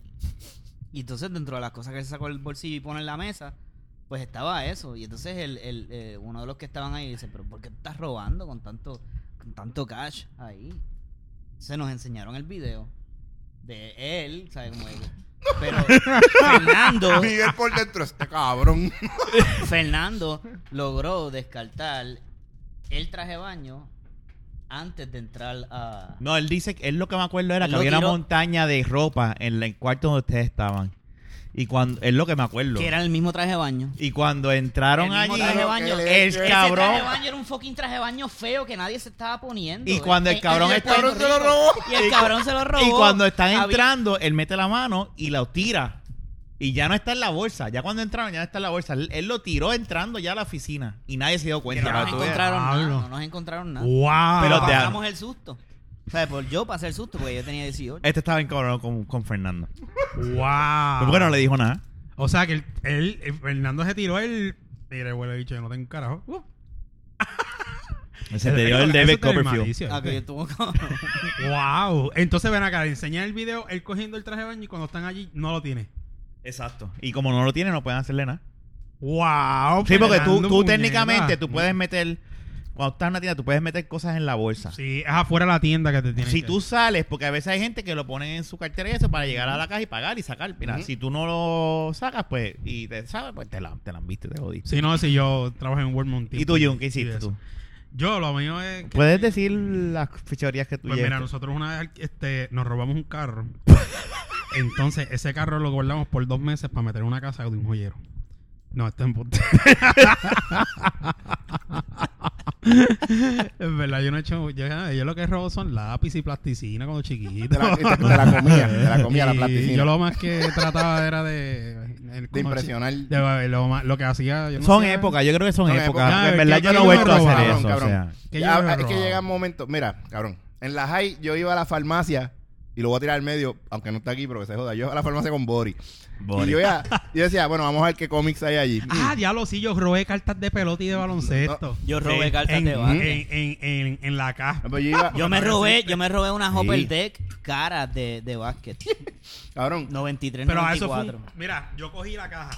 Speaker 2: Y entonces dentro de las cosas que él sacó del bolsillo y pone en la mesa, pues estaba eso. Y entonces el, el, eh, uno de los que estaban ahí dice, pero ¿por qué tú estás robando con tanto, con tanto cash ahí? Se nos enseñaron el video de él, ¿sabes cómo es? Pero Fernando,
Speaker 3: Miguel por dentro, este cabrón.
Speaker 2: Fernando logró descartar el traje de baño antes de entrar a...
Speaker 1: No, él dice, que- él lo que me acuerdo era
Speaker 2: Él
Speaker 1: que
Speaker 2: lo
Speaker 1: había una
Speaker 2: tiró.
Speaker 1: montaña de ropa en la- el cuarto donde ustedes estaban. Y cuando, es lo que me acuerdo.
Speaker 2: Que era el mismo traje de baño.
Speaker 1: Y cuando entraron
Speaker 2: El mismo
Speaker 1: allí,
Speaker 2: traje de baño.
Speaker 1: el
Speaker 3: Ese
Speaker 2: Ese
Speaker 1: cabrón...
Speaker 2: traje de baño era un fucking traje de baño feo que nadie se estaba poniendo.
Speaker 1: Y cuando el
Speaker 2: Eh,
Speaker 1: cabrón
Speaker 2: eh,
Speaker 3: El
Speaker 1: está-
Speaker 3: cabrón se lo robó.
Speaker 2: Y el cabrón se lo robó.
Speaker 1: Y cuando están
Speaker 2: Había-
Speaker 1: entrando, él mete la mano y la tira. Y ya no está en la bolsa. Ya cuando entraron, ya no está en la bolsa. Él, él lo tiró entrando ya a la oficina. Y nadie se dio cuenta.
Speaker 4: Pero
Speaker 1: para
Speaker 2: No
Speaker 1: que
Speaker 2: nos
Speaker 1: tú veas.
Speaker 2: encontraron nada.
Speaker 4: Pablo.
Speaker 2: No nos encontraron nada.
Speaker 1: Pero
Speaker 4: Wow.
Speaker 2: Pero
Speaker 1: te-
Speaker 2: pasamos el susto. O sea, por yo pasé el susto porque yo tenía 18.
Speaker 1: Este estaba encabrón con, con Fernando.
Speaker 4: Wow.
Speaker 2: Ah.
Speaker 1: Pero porque no le dijo nada.
Speaker 4: O sea que el, el- el Fernando se tiró el. Mira, el huele bicho, yo no tengo un carajo. Uh.
Speaker 1: Se te dio el
Speaker 4: Eso
Speaker 1: David
Speaker 4: está en
Speaker 1: Copperfield.
Speaker 4: malicia.
Speaker 2: Ah, que yo tuvo como-
Speaker 4: Wow. Entonces ven acá, enseñan el video, él cogiendo el traje de baño y cuando están allí no lo tiene.
Speaker 1: Exacto. Y como no lo tiene, no pueden hacerle nada.
Speaker 4: Wow.
Speaker 1: Sí, porque tú,
Speaker 4: Fernando,
Speaker 1: tú
Speaker 4: puñeta.
Speaker 1: técnicamente, tú puedes meter... Cuando estás en la tienda, tú puedes meter cosas en la bolsa.
Speaker 4: Sí, es afuera la tienda que te tiene.
Speaker 1: Si tú sales, porque a veces hay gente que lo pone en su cartera y eso para llegar a la caja y pagar y sacar. Mira,
Speaker 3: Ujú.
Speaker 1: si tú no lo sacas, pues, y te sabes, pues te la, te la han visto y te jodiste.
Speaker 4: Si no, si yo trabajé en Walmart un
Speaker 1: ¿Y
Speaker 4: tiempo.
Speaker 1: tú, Jun, qué
Speaker 4: Y
Speaker 1: hiciste
Speaker 4: eso.
Speaker 1: tú?
Speaker 4: Yo, lo mío es. que-
Speaker 1: Puedes decir las fichorías que tú
Speaker 4: Pues mira,
Speaker 1: llevas.
Speaker 4: nosotros una vez este, nos robamos un carro. Entonces, ese carro lo guardamos por dos meses para meter en una casa de un joyero. No, está en punto. es verdad, yo no he hecho. Yo, yo lo que robo son lápiz y plasticina cuando
Speaker 3: Te
Speaker 4: chiquito.
Speaker 3: la, te- te la comía, te la comía la
Speaker 4: Y
Speaker 3: plasticina.
Speaker 4: Yo lo más que trataba era de. el-
Speaker 3: De impresionar.
Speaker 4: de- lo, más- lo que hacía. Yo no
Speaker 1: son
Speaker 4: sé,
Speaker 1: épocas, yo creo que son,
Speaker 3: Son
Speaker 1: épocas.
Speaker 4: épocas.
Speaker 1: En verdad,
Speaker 4: Ah,
Speaker 1: yo
Speaker 4: que
Speaker 1: no he
Speaker 4: yo
Speaker 1: vuelto a
Speaker 4: me
Speaker 1: hacer
Speaker 4: robaron,
Speaker 1: eso. o sea.
Speaker 4: Que yo
Speaker 3: Ya,
Speaker 4: me
Speaker 3: es que
Speaker 4: robaba.
Speaker 3: llega un momento. Mira, cabrón. En la high yo iba a la farmacia Y lo voy a tirar al medio, aunque no está aquí, pero que se joda. Yo a la farmacia con Bori.
Speaker 1: Bori.
Speaker 3: Y yo, ya, yo decía, bueno, vamos a ver qué cómics hay allí.
Speaker 4: Ah, diablo, sí, yo robé cartas de pelota y de baloncesto.
Speaker 2: Yo robé
Speaker 4: En-
Speaker 2: cartas
Speaker 4: en-
Speaker 2: de básquet.
Speaker 4: En, en, en, en la caja.
Speaker 3: No, pero yo iba-
Speaker 2: Yo me robé, yo me robé una Hopper
Speaker 3: Sí.
Speaker 2: Deck cara de, de básquet.
Speaker 3: Cabrón,
Speaker 2: 93
Speaker 4: Pero a eso fue.
Speaker 2: 94.
Speaker 4: un- Mira, yo cogí la caja.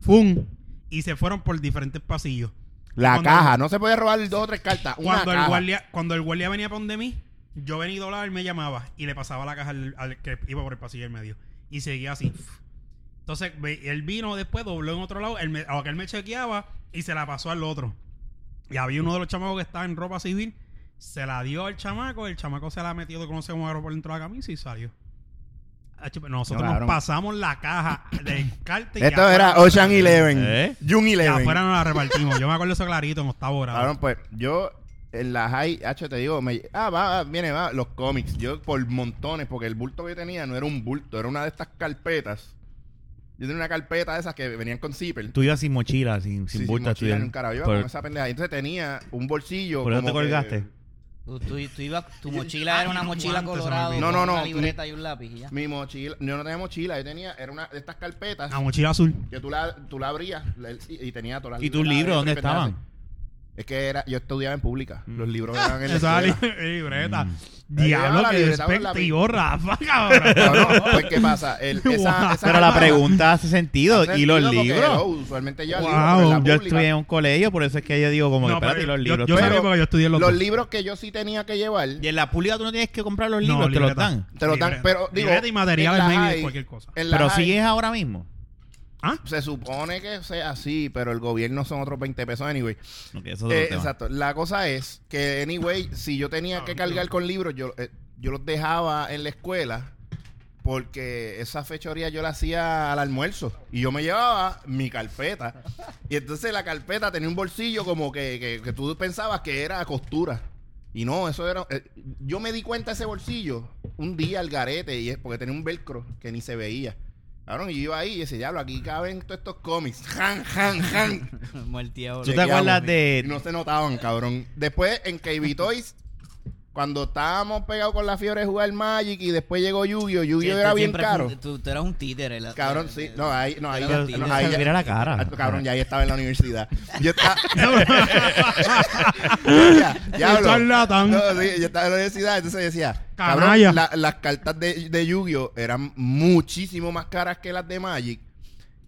Speaker 4: Fum. Y se fueron por diferentes pasillos.
Speaker 3: la
Speaker 4: cuando-
Speaker 3: caja. No se podía robar dos o tres cartas. Una
Speaker 4: Cuando el,
Speaker 3: caja.
Speaker 4: guardia, cuando el guardia venía para donde mí, yo venía y doblaba, él me llamaba y le pasaba la caja al, al que iba por el pasillo del medio. Y seguía así. Entonces, ve- él vino después, dobló en otro lado, él me, a aquel me chequeaba y se la pasó al otro. Y había uno de los chamacos que estaba en ropa civil, se la dio al chamaco, el chamaco se la metió, no sé cómo agarró por dentro de la camisa y salió. Ah, chup- Nosotros
Speaker 3: No, cabrón.
Speaker 4: nos pasamos la caja de carta y
Speaker 3: Esto
Speaker 4: afuera-
Speaker 3: era Ocean Eleven.
Speaker 1: ¿Eh?
Speaker 3: June
Speaker 4: y
Speaker 3: Eleven.
Speaker 4: afuera nos la repartimos. Yo me acuerdo eso clarito en octavo grado.
Speaker 3: Cabrón, pues yo en la high, H, te digo, me, ah, va, va, viene, va, los cómics. Yo por montones, porque el bulto que yo tenía no era un bulto, era una de estas carpetas. Yo tenía una carpeta de esas que venían con zipper.
Speaker 1: Tú ibas sin mochila, sin,
Speaker 3: Sí,
Speaker 1: sin
Speaker 3: sí,
Speaker 1: bulta. tú
Speaker 3: mochila,
Speaker 1: ibas-
Speaker 3: ni un carajo. Yo iba
Speaker 1: por-
Speaker 3: con esa pendeja. Entonces tenía un bolsillo.
Speaker 1: ¿Por eso te
Speaker 3: como que-
Speaker 1: colgaste?
Speaker 2: Tú, tú- tú ibas- tu mochila era una
Speaker 4: no,
Speaker 2: mochila
Speaker 4: antes se me
Speaker 2: colorada.
Speaker 4: olvidó.
Speaker 2: con
Speaker 3: No, no,
Speaker 2: Una
Speaker 3: no,
Speaker 2: libreta y un lápiz. y ya.
Speaker 3: Mi mochila, yo no tenía mochila, yo tenía, era una de estas carpetas
Speaker 1: Ah,
Speaker 4: La mochila azul.
Speaker 3: que tú la, tú la abrías la- y, y tenía todas las
Speaker 1: ¿Y tus
Speaker 3: libretas
Speaker 1: libros dónde
Speaker 3: abiertas, pendejas.
Speaker 1: estaban? Mm.
Speaker 3: Es que era, yo estudiaba en pública. Los libros eran en la
Speaker 4: Esa
Speaker 3: escuela.
Speaker 4: li- libreta.
Speaker 3: Ahí
Speaker 4: Diablo,
Speaker 3: lleva la
Speaker 4: que
Speaker 3: libreta con la
Speaker 4: despectivo, Rafa, cabrón.
Speaker 3: No, no, pues ¿qué pasa? El- esa- esa
Speaker 1: Pero la
Speaker 3: carpeta-
Speaker 1: pregunta hace sentido.
Speaker 3: Hace
Speaker 1: ¿Y los
Speaker 3: sentido porque,
Speaker 1: libros?
Speaker 3: oh, usualmente yo
Speaker 4: Wow,
Speaker 1: Yo estudié en un colegio, por eso es que yo digo como, que,
Speaker 4: No, pero
Speaker 1: espérate, ¿y los
Speaker 4: yo-
Speaker 1: libros?
Speaker 4: yo
Speaker 1: Pero-
Speaker 4: sabía porque yo estudié en los
Speaker 3: los
Speaker 4: dos.
Speaker 3: libros que yo sí tenía que llevar.
Speaker 1: y en la pública tú no tienes que comprar los
Speaker 4: No,
Speaker 1: libros, te los
Speaker 4: libreta.
Speaker 1: dan.
Speaker 3: Te lo dan,
Speaker 4: Libreta.
Speaker 3: pero digo,
Speaker 4: Libreta y materiales,
Speaker 3: en la
Speaker 4: maybe,
Speaker 3: high-
Speaker 4: cualquier cosa.
Speaker 3: en la
Speaker 1: Pero
Speaker 3: high,
Speaker 1: si es ahora mismo.
Speaker 4: ¿Ah?
Speaker 3: se supone que sea así, pero el gobierno son otros 20 pesos anyway.
Speaker 1: Ok, eso es otro
Speaker 3: Eh,
Speaker 1: tema.
Speaker 3: exacto. La cosa es que anyway, si yo tenía que cargar con libros, yo eh, yo los dejaba en la escuela porque esa fechoría yo la hacía al almuerzo y yo me llevaba mi carpeta y entonces la carpeta tenía un bolsillo como que, que- que tú pensabas que era costura y no eso era eh, yo me di cuenta de ese bolsillo un día al garete y es porque tenía un velcro que ni se veía Cabrón, y yo iba ahí y decía diablo aquí caben todos estos cómics jan jan jan
Speaker 2: Muerteado.
Speaker 1: ¿Tú te
Speaker 3: Chequeamos.
Speaker 1: acuerdas de-
Speaker 3: Y No se notaban, cabrón. Después en KB Toys, cuando estábamos pegados con la fiebre de jugar Magic y después llegó Yu-Gi-Oh!
Speaker 2: Que
Speaker 3: Yu-Gi-Oh!
Speaker 2: tú
Speaker 3: era bien
Speaker 2: este siempre
Speaker 3: caro.
Speaker 2: fu- Tú, tú eras un títere. la-
Speaker 3: Cabrón,
Speaker 2: eh,
Speaker 3: sí.
Speaker 2: eh,
Speaker 3: No, ahí, no, ahí,
Speaker 2: Pero-
Speaker 3: no,
Speaker 1: pero-
Speaker 3: ahí ya-
Speaker 1: mira la cara.
Speaker 3: Ah, Cabrón, ya ahí estaba en la universidad. Yo estaba. ya,
Speaker 4: El charlatán.
Speaker 3: No, sí, yo estaba en la universidad, entonces decía.
Speaker 4: Canalla.
Speaker 3: Cabrón, la- las cartas de, de Yu-Gi-Oh! eran muchísimo más caras que las de Magic.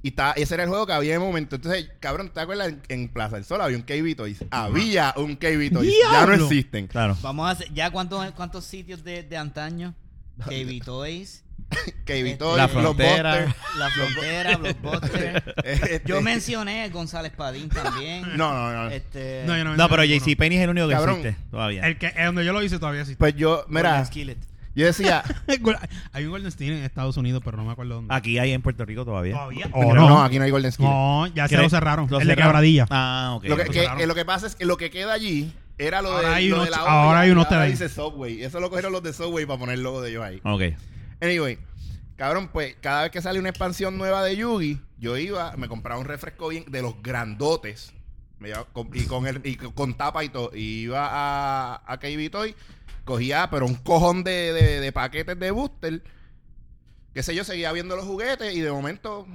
Speaker 3: Y estaba- ese era el juego que había en el momento. Entonces, cabrón, ¿te acuerdas? En, en Plaza del Sol había un KB Toys. Había un KB Toys. Ya no
Speaker 4: ¡Diablo!
Speaker 3: existen.
Speaker 1: Claro.
Speaker 2: Vamos a hacer. ¿Ya cuántos, cuántos sitios de, de antaño? KB Toys,
Speaker 3: KB Toys,
Speaker 1: La
Speaker 3: los
Speaker 1: Frontera.
Speaker 3: Buster,
Speaker 2: La Frontera, Blockbuster.
Speaker 3: este-
Speaker 2: Yo mencioné a González Padín también.
Speaker 3: No, no, no.
Speaker 1: Eh,
Speaker 2: Este.
Speaker 4: yo
Speaker 1: No,
Speaker 4: vendía
Speaker 1: pero
Speaker 4: ninguno.
Speaker 1: JC Penny es el único que
Speaker 3: Cabrón.
Speaker 1: existe todavía.
Speaker 4: El que eh, donde yo lo hice todavía existe.
Speaker 3: Pues yo,
Speaker 2: Golden
Speaker 3: mira,
Speaker 2: Skillet.
Speaker 3: yo decía,
Speaker 4: Hay un Golden State en Estados Unidos, pero no me acuerdo dónde.
Speaker 1: Aquí hay en Puerto Rico todavía.
Speaker 4: ¿Todavía?
Speaker 3: Oh, no,
Speaker 4: ¿O Oh, no? No,
Speaker 3: aquí no hay Golden Skin.
Speaker 4: ya se
Speaker 1: ¿Qué-
Speaker 4: lo cerraron.
Speaker 1: lo
Speaker 4: el de
Speaker 1: cerraron?
Speaker 4: quebradilla.
Speaker 1: Ah, ok.
Speaker 3: lo, que,
Speaker 4: lo
Speaker 3: que-
Speaker 4: cerraron.
Speaker 3: lo que pasa es que lo que queda allí era lo
Speaker 4: Ahora
Speaker 3: de,
Speaker 4: hay
Speaker 3: lo
Speaker 4: uno-
Speaker 3: de la
Speaker 4: ahora hay uno
Speaker 3: ahora
Speaker 4: hotel.
Speaker 3: dice Subway. Eso lo cogieron los de Subway para poner el logo de ellos ahí.
Speaker 1: Ok.
Speaker 3: Anyway, cabrón, pues cada vez que sale una expansión nueva de Yugi, yo iba, me compraba un refresco bien de los grandotes. Me llevaba con- y con el, y con tapa y todo. Y iba a, a KB Toy, cogía, pero un cojón de, de- de paquetes de booster. Qué sé yo, seguía viendo los juguetes y de momento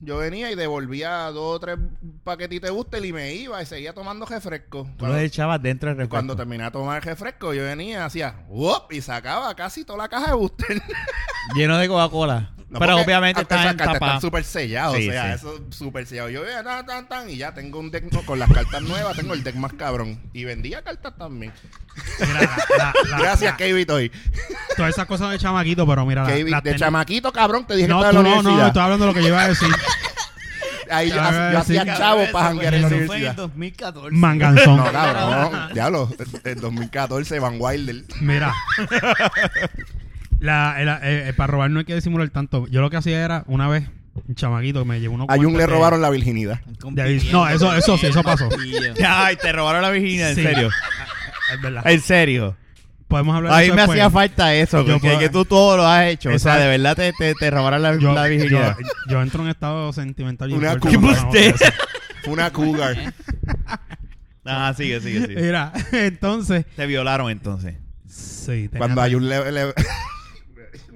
Speaker 3: yo venía y devolvía dos o tres paquetitos de booster y me iba y seguía tomando refresco.
Speaker 1: Tú los echabas dentro del refresco.
Speaker 3: Cuando terminaba de tomar el refresco, yo venía, hacía, ¡wop! y sacaba casi toda la caja de booster.
Speaker 1: Lleno de Coca-Cola.
Speaker 3: No,
Speaker 1: pero
Speaker 3: porque
Speaker 1: obviamente
Speaker 3: a- esas
Speaker 1: está en
Speaker 3: cartas
Speaker 1: tapa.
Speaker 3: están súper selladas,
Speaker 1: Sí,
Speaker 3: o sea,
Speaker 1: sí.
Speaker 3: eso es súper sellado. Yo veía tan, tan, tan, y ya tengo un deck no, con las cartas nuevas, tengo el deck más cabrón. Y vendía cartas también.
Speaker 4: Mira, la- la- la-
Speaker 3: Gracias,
Speaker 4: la-
Speaker 3: KB Toy.
Speaker 4: Todas esas cosas de chamaquito, pero mira. la-
Speaker 3: KB
Speaker 4: Ah, las
Speaker 3: de
Speaker 4: ten-
Speaker 3: chamaquito, cabrón, te dije
Speaker 4: No,
Speaker 3: que
Speaker 4: tú
Speaker 3: estaba en la
Speaker 4: no, no,
Speaker 3: universidad.
Speaker 4: estoy hablando de lo que yo iba a decir.
Speaker 3: Ahí yo,
Speaker 4: Ah,
Speaker 3: hacía- yo
Speaker 4: sí,
Speaker 3: hacía
Speaker 4: cabrón,
Speaker 3: chavo
Speaker 2: Eso
Speaker 3: para
Speaker 2: fue-
Speaker 3: janguear en la
Speaker 2: eso fue en
Speaker 3: universidad.
Speaker 2: 2014.
Speaker 4: Manganzón.
Speaker 3: No, cabrón, diablo, en 2014 Van Wilder.
Speaker 4: Mira. La, el- eh, eh, para robar no hay que disimular tanto. Yo lo que hacía era, una vez, un chamaquito me llevó unos
Speaker 3: A Jun
Speaker 4: cuartos
Speaker 3: le
Speaker 4: de-
Speaker 3: robaron la virginidad.
Speaker 2: Compitiendo.
Speaker 4: No, eso- eso sí, eso pasó.
Speaker 2: Pillo.
Speaker 1: Ay, te robaron la virginia, en
Speaker 4: Sí.
Speaker 1: serio.
Speaker 4: Es verdad.
Speaker 1: En serio.
Speaker 4: Podemos hablar
Speaker 1: A mí
Speaker 4: eso
Speaker 1: me
Speaker 4: después.
Speaker 1: hacía falta eso,
Speaker 4: Yo
Speaker 1: porque
Speaker 4: puedo-
Speaker 1: que tú todo lo has hecho. O
Speaker 4: Exacto.
Speaker 1: sea, de verdad te, te, te robaron la,
Speaker 4: yo,
Speaker 1: la virginidad.
Speaker 4: yo- yo entro en un estado sentimental. bien
Speaker 3: Una
Speaker 4: fuerte,
Speaker 3: cuba.
Speaker 4: no, no, no, no.
Speaker 3: Una cougar.
Speaker 1: Ajá, Ah, sigue, sigue, sigue.
Speaker 4: Mira, entonces.
Speaker 1: Te violaron entonces.
Speaker 4: Sí, tenía-
Speaker 3: Cuando a Jun le... le-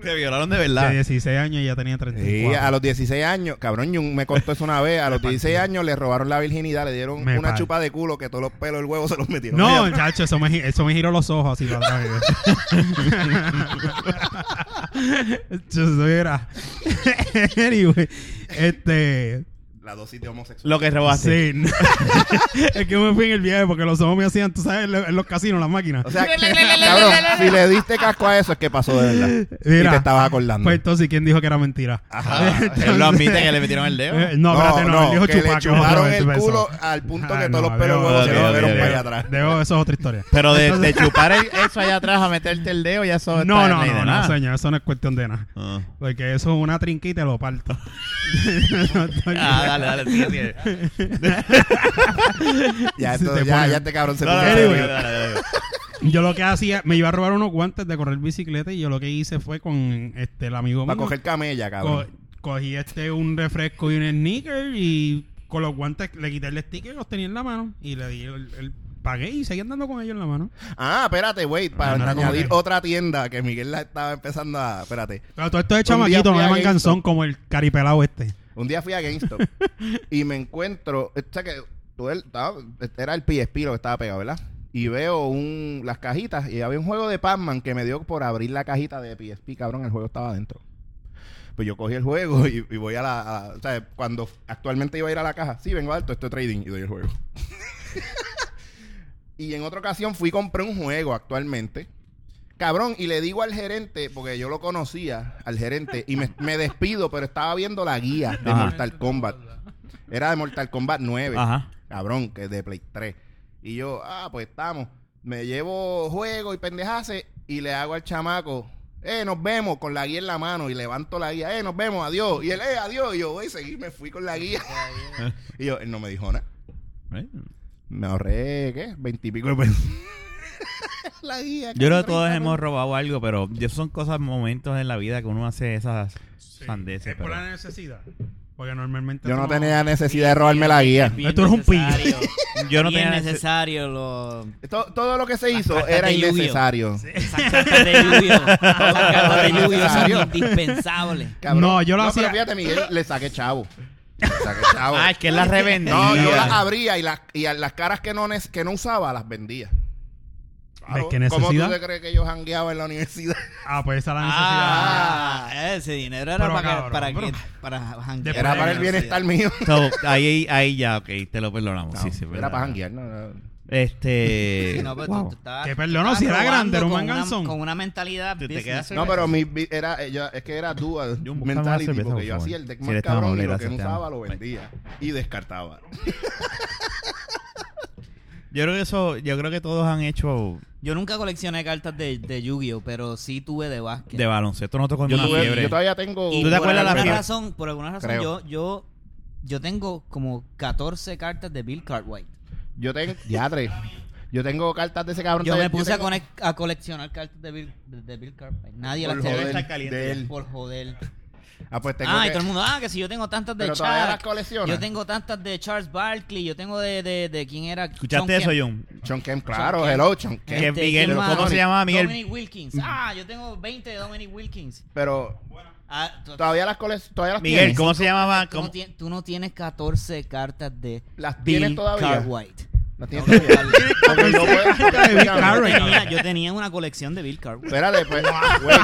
Speaker 1: Te violaron de
Speaker 4: De
Speaker 1: verdad.
Speaker 4: 16 años y ya tenía
Speaker 3: Sí,
Speaker 4: 34.
Speaker 3: a los 16 años, cabrón, Jun me contó eso una vez. A los 16 años le robaron la virginidad, le dieron
Speaker 4: Me
Speaker 3: una
Speaker 4: pare.
Speaker 3: chupa de culo que todos los pelos del huevo se los metieron.
Speaker 4: No, chacho, eso me, gi- eso me giró los ojos así para atrás. Yo soy era. anyway, este.
Speaker 3: La dosis de homosexual.
Speaker 1: Lo que robaste.
Speaker 4: Sí. no. es que me fui en el viaje porque los ojos me hacían, tú sabes, lo- en los casinos, las máquinas.
Speaker 3: O sea, cabrón, si le diste casco a eso es que pasó de verdad. y
Speaker 4: Mira,
Speaker 3: te estabas acordando.
Speaker 4: Pues entonces, ¿quién dijo que era mentira?
Speaker 3: Ajá.
Speaker 1: Ah, Él lo admite que le metieron el dedo.
Speaker 4: Eh, no, espérate, no, él dijo
Speaker 3: que le
Speaker 4: chupaca,
Speaker 3: chuparon
Speaker 4: obviamente,
Speaker 3: el
Speaker 4: pero eso-
Speaker 3: culo al punto que
Speaker 4: Ah,
Speaker 3: todos
Speaker 4: no,
Speaker 3: los pelos del
Speaker 4: debo-
Speaker 3: huevo se
Speaker 1: debo-
Speaker 3: los vieron
Speaker 1: debo-
Speaker 3: para allá atrás.
Speaker 4: Debo, eso es otra historia.
Speaker 1: Pero de, de chupar el- eso allá atrás a meterte el dedo, ya eso
Speaker 4: No,
Speaker 1: está
Speaker 4: no,
Speaker 1: ley
Speaker 4: no,
Speaker 1: de
Speaker 4: no,
Speaker 1: nada.
Speaker 4: señor, eso no es cuestión de nada.
Speaker 1: Ah.
Speaker 4: Porque eso es una trinquita y lo parto. No estoy-
Speaker 1: Ah, dale, dale, sigue, sigue.
Speaker 3: Ya,
Speaker 4: Si
Speaker 3: esto-
Speaker 4: te
Speaker 3: ya,
Speaker 4: ponen-
Speaker 3: ya este cabrón se
Speaker 1: No, no,
Speaker 3: puso
Speaker 1: dale,
Speaker 4: Anyway.
Speaker 1: dale, dale, dale.
Speaker 4: Yo lo que hacía, me iba a robar unos guantes de correr bicicleta y yo lo que hice fue con este el amigo
Speaker 3: para
Speaker 4: mío.
Speaker 3: coger camella,
Speaker 4: Co-
Speaker 3: cabrón.
Speaker 4: cogí este un refresco y un sneaker y con los guantes le quité el sticker y los tenía en la mano y le di el, el- pagué y seguí andando con ellos en la mano.
Speaker 3: Ah, espérate, wait, para
Speaker 4: Ah, no era como
Speaker 3: añadir
Speaker 4: que-
Speaker 3: otra tienda que Miguel la estaba empezando a... Espérate.
Speaker 4: Pero todo esto de
Speaker 3: Un día
Speaker 4: chamaquito,
Speaker 3: fui
Speaker 4: no
Speaker 3: a
Speaker 4: llaman
Speaker 3: GameStop.
Speaker 4: canzón como el caripelado este.
Speaker 3: Un día fui a GameStop y me encuentro. O sea que tú el- estaba- este era el PSP lo que estaba pegado, ¿verdad? Y veo un, las cajitas y había un juego de Pac-Man que me dio por abrir la cajita de PSP, cabrón. El juego estaba adentro. Pues yo cogí el juego y, y voy a la. a- o sea, cuando actualmente iba a ir a la caja, sí, vengo alto, estoy trading y doy el juego. y en otra ocasión fui y compré un juego actualmente. Cabrón, y le digo al gerente, porque yo lo conocía, al gerente, y me, me despido, pero estaba viendo la guía de
Speaker 1: Ajá.
Speaker 3: Mortal Kombat. Era de Mortal Kombat 9.
Speaker 1: Ajá.
Speaker 3: Cabrón, que es de Play 3. Y yo, ah, pues estamos. Me llevo juego y pendejase y le hago al chamaco, eh, nos vemos, con la guía en la mano y levanto la guía, eh, nos vemos, adiós. Y él, eh, adiós. Y yo, voy a seguir, me fui con la guía. y yo, él no me dijo nada.
Speaker 1: Eh,
Speaker 3: Me ahorré, ¿qué? Veintipico de pesos. la guía.
Speaker 1: Yo creo
Speaker 3: casi
Speaker 1: que todos
Speaker 3: 30
Speaker 1: hemos robado algo, pero ya son cosas, momentos en la vida que uno hace esas sandeces.
Speaker 4: es por
Speaker 1: pero-
Speaker 4: la necesidad. Porque normalmente.
Speaker 3: Yo
Speaker 4: tú
Speaker 3: no tenía necesidad de robarme la guía.
Speaker 4: Esto era un
Speaker 2: pillo.
Speaker 1: Yo no
Speaker 2: bien
Speaker 1: tenía nece-
Speaker 2: necesario los...
Speaker 3: To- todo lo que se hizo
Speaker 2: cartas
Speaker 3: era
Speaker 2: de Yu-Gi-Oh.
Speaker 3: innecesario.
Speaker 2: Esas cartas de lluvia. Esas cartas de lluvia
Speaker 3: Necesario.
Speaker 2: son indispensables.
Speaker 3: Cabrón.
Speaker 4: No, yo lo hacía-
Speaker 3: Pero fíjate, Miguel, le saqué chavo. Le saqué chavo.
Speaker 1: Ah, es que él la revendía.
Speaker 3: No, yo las abría y las, y a las caras que no, nes- que no usaba las vendía.
Speaker 4: ¿Ves qué
Speaker 3: ¿Cómo
Speaker 4: necesidad?
Speaker 3: tú te crees que yo jangueaba en la universidad?
Speaker 4: Ah, pues esa es la necesidad.
Speaker 2: Ah, ese dinero era
Speaker 4: Pero
Speaker 2: para,
Speaker 4: cabrón,
Speaker 2: para
Speaker 4: pero-
Speaker 2: que... Para janguear.
Speaker 4: Después
Speaker 3: Era
Speaker 4: de
Speaker 3: para el
Speaker 4: la
Speaker 3: bienestar mío.
Speaker 1: So, ahí, ahí ya, ok, te lo perdonamos.
Speaker 3: No,
Speaker 1: sí, sí,
Speaker 3: era
Speaker 1: verdad.
Speaker 3: para janguear. No, no.
Speaker 1: Este.
Speaker 2: Sí, no, pero tú-
Speaker 1: wow.
Speaker 2: tú estabas-
Speaker 4: Que
Speaker 2: tú
Speaker 4: perdón,
Speaker 2: estabas
Speaker 4: si era
Speaker 2: robando
Speaker 4: grande, era un
Speaker 2: con una-
Speaker 4: manganzón.
Speaker 2: Con una mentalidad
Speaker 1: Tú te
Speaker 2: business.
Speaker 1: quedaste-
Speaker 3: No, pero mi, mi- era, eh, yo- es que era dual
Speaker 1: Yo buscaba
Speaker 3: mentality,
Speaker 1: cerveza,
Speaker 3: porque
Speaker 1: por
Speaker 3: yo
Speaker 1: favor.
Speaker 3: hacía el deck
Speaker 1: Si
Speaker 3: más
Speaker 1: eres tan
Speaker 3: cabrón y
Speaker 1: amable,
Speaker 3: lo que no
Speaker 1: gracias, te
Speaker 3: usaba
Speaker 1: amo.
Speaker 3: lo vendía. Y descartaba.
Speaker 1: Yo creo que eso, yo creo que todos han hecho
Speaker 2: Yo nunca coleccioné cartas de, de Yu-Gi-Oh, pero sí tuve de básquet.
Speaker 1: de baloncesto. Nosotros con
Speaker 3: Yo,
Speaker 1: una
Speaker 3: tuve-
Speaker 1: Ah, fiebre.
Speaker 3: yo todavía tengo...
Speaker 2: Y
Speaker 1: ¿Tú te
Speaker 2: por
Speaker 1: acuerdas la
Speaker 2: alguna
Speaker 1: fiebre?
Speaker 2: razón, por alguna razón,
Speaker 3: Creo.
Speaker 2: yo, yo, yo tengo como 14 cartas de Bill Cartwright.
Speaker 3: Yo tengo... Diadre. Yo tengo cartas de ese cabrón.
Speaker 2: Yo
Speaker 3: todavía-
Speaker 2: me puse a,
Speaker 3: tengo- Ah,
Speaker 2: conec- a coleccionar cartas de Bill, de, de Bill Cartwright. Nadie
Speaker 3: Por
Speaker 2: las
Speaker 3: joder,
Speaker 1: Está
Speaker 2: tenía.
Speaker 1: caliente.
Speaker 3: de él.
Speaker 2: Por joder.
Speaker 3: Ah, pues tengo
Speaker 2: Ah, y
Speaker 3: que-
Speaker 2: todo el mundo, ah, que si yo tengo tantas de
Speaker 3: Pero todavía las
Speaker 2: Chuck.
Speaker 3: coleccionas.
Speaker 2: Yo tengo tantas de Charles Barkley. Yo tengo de, de, de quién era.
Speaker 1: ¿Escuchaste
Speaker 2: Sean
Speaker 1: eso,
Speaker 2: Kemp.
Speaker 1: John?
Speaker 3: Sean Kemp, claro.
Speaker 2: Sean Kemp.
Speaker 3: Hello, Sean Kemp.
Speaker 1: Que
Speaker 2: Este,
Speaker 1: Miguel,
Speaker 2: ¿quién
Speaker 1: ¿cómo
Speaker 2: más?
Speaker 1: se llamaba Miguel? Mm.
Speaker 2: Dominic Wilkins. Ah, yo tengo 20 de Dominic Wilkins.
Speaker 3: Pero
Speaker 2: Ah, tú,
Speaker 3: todavía las cole- todavía las
Speaker 1: Miguel,
Speaker 3: tienes.
Speaker 1: ¿cómo se llamaba?
Speaker 2: tú no
Speaker 1: ¿Cómo-
Speaker 2: tien- tú no tienes 14 cartas de
Speaker 3: Las tienes
Speaker 2: Bill
Speaker 3: todavía.
Speaker 2: Cartwright.
Speaker 3: Las tienes todavía. Ok, no puedes-
Speaker 4: de Bill
Speaker 2: Yo
Speaker 4: Cartwright.
Speaker 2: tenía, yo tenía una colección de Bill Cartwright.
Speaker 3: Espérate, pues. güey,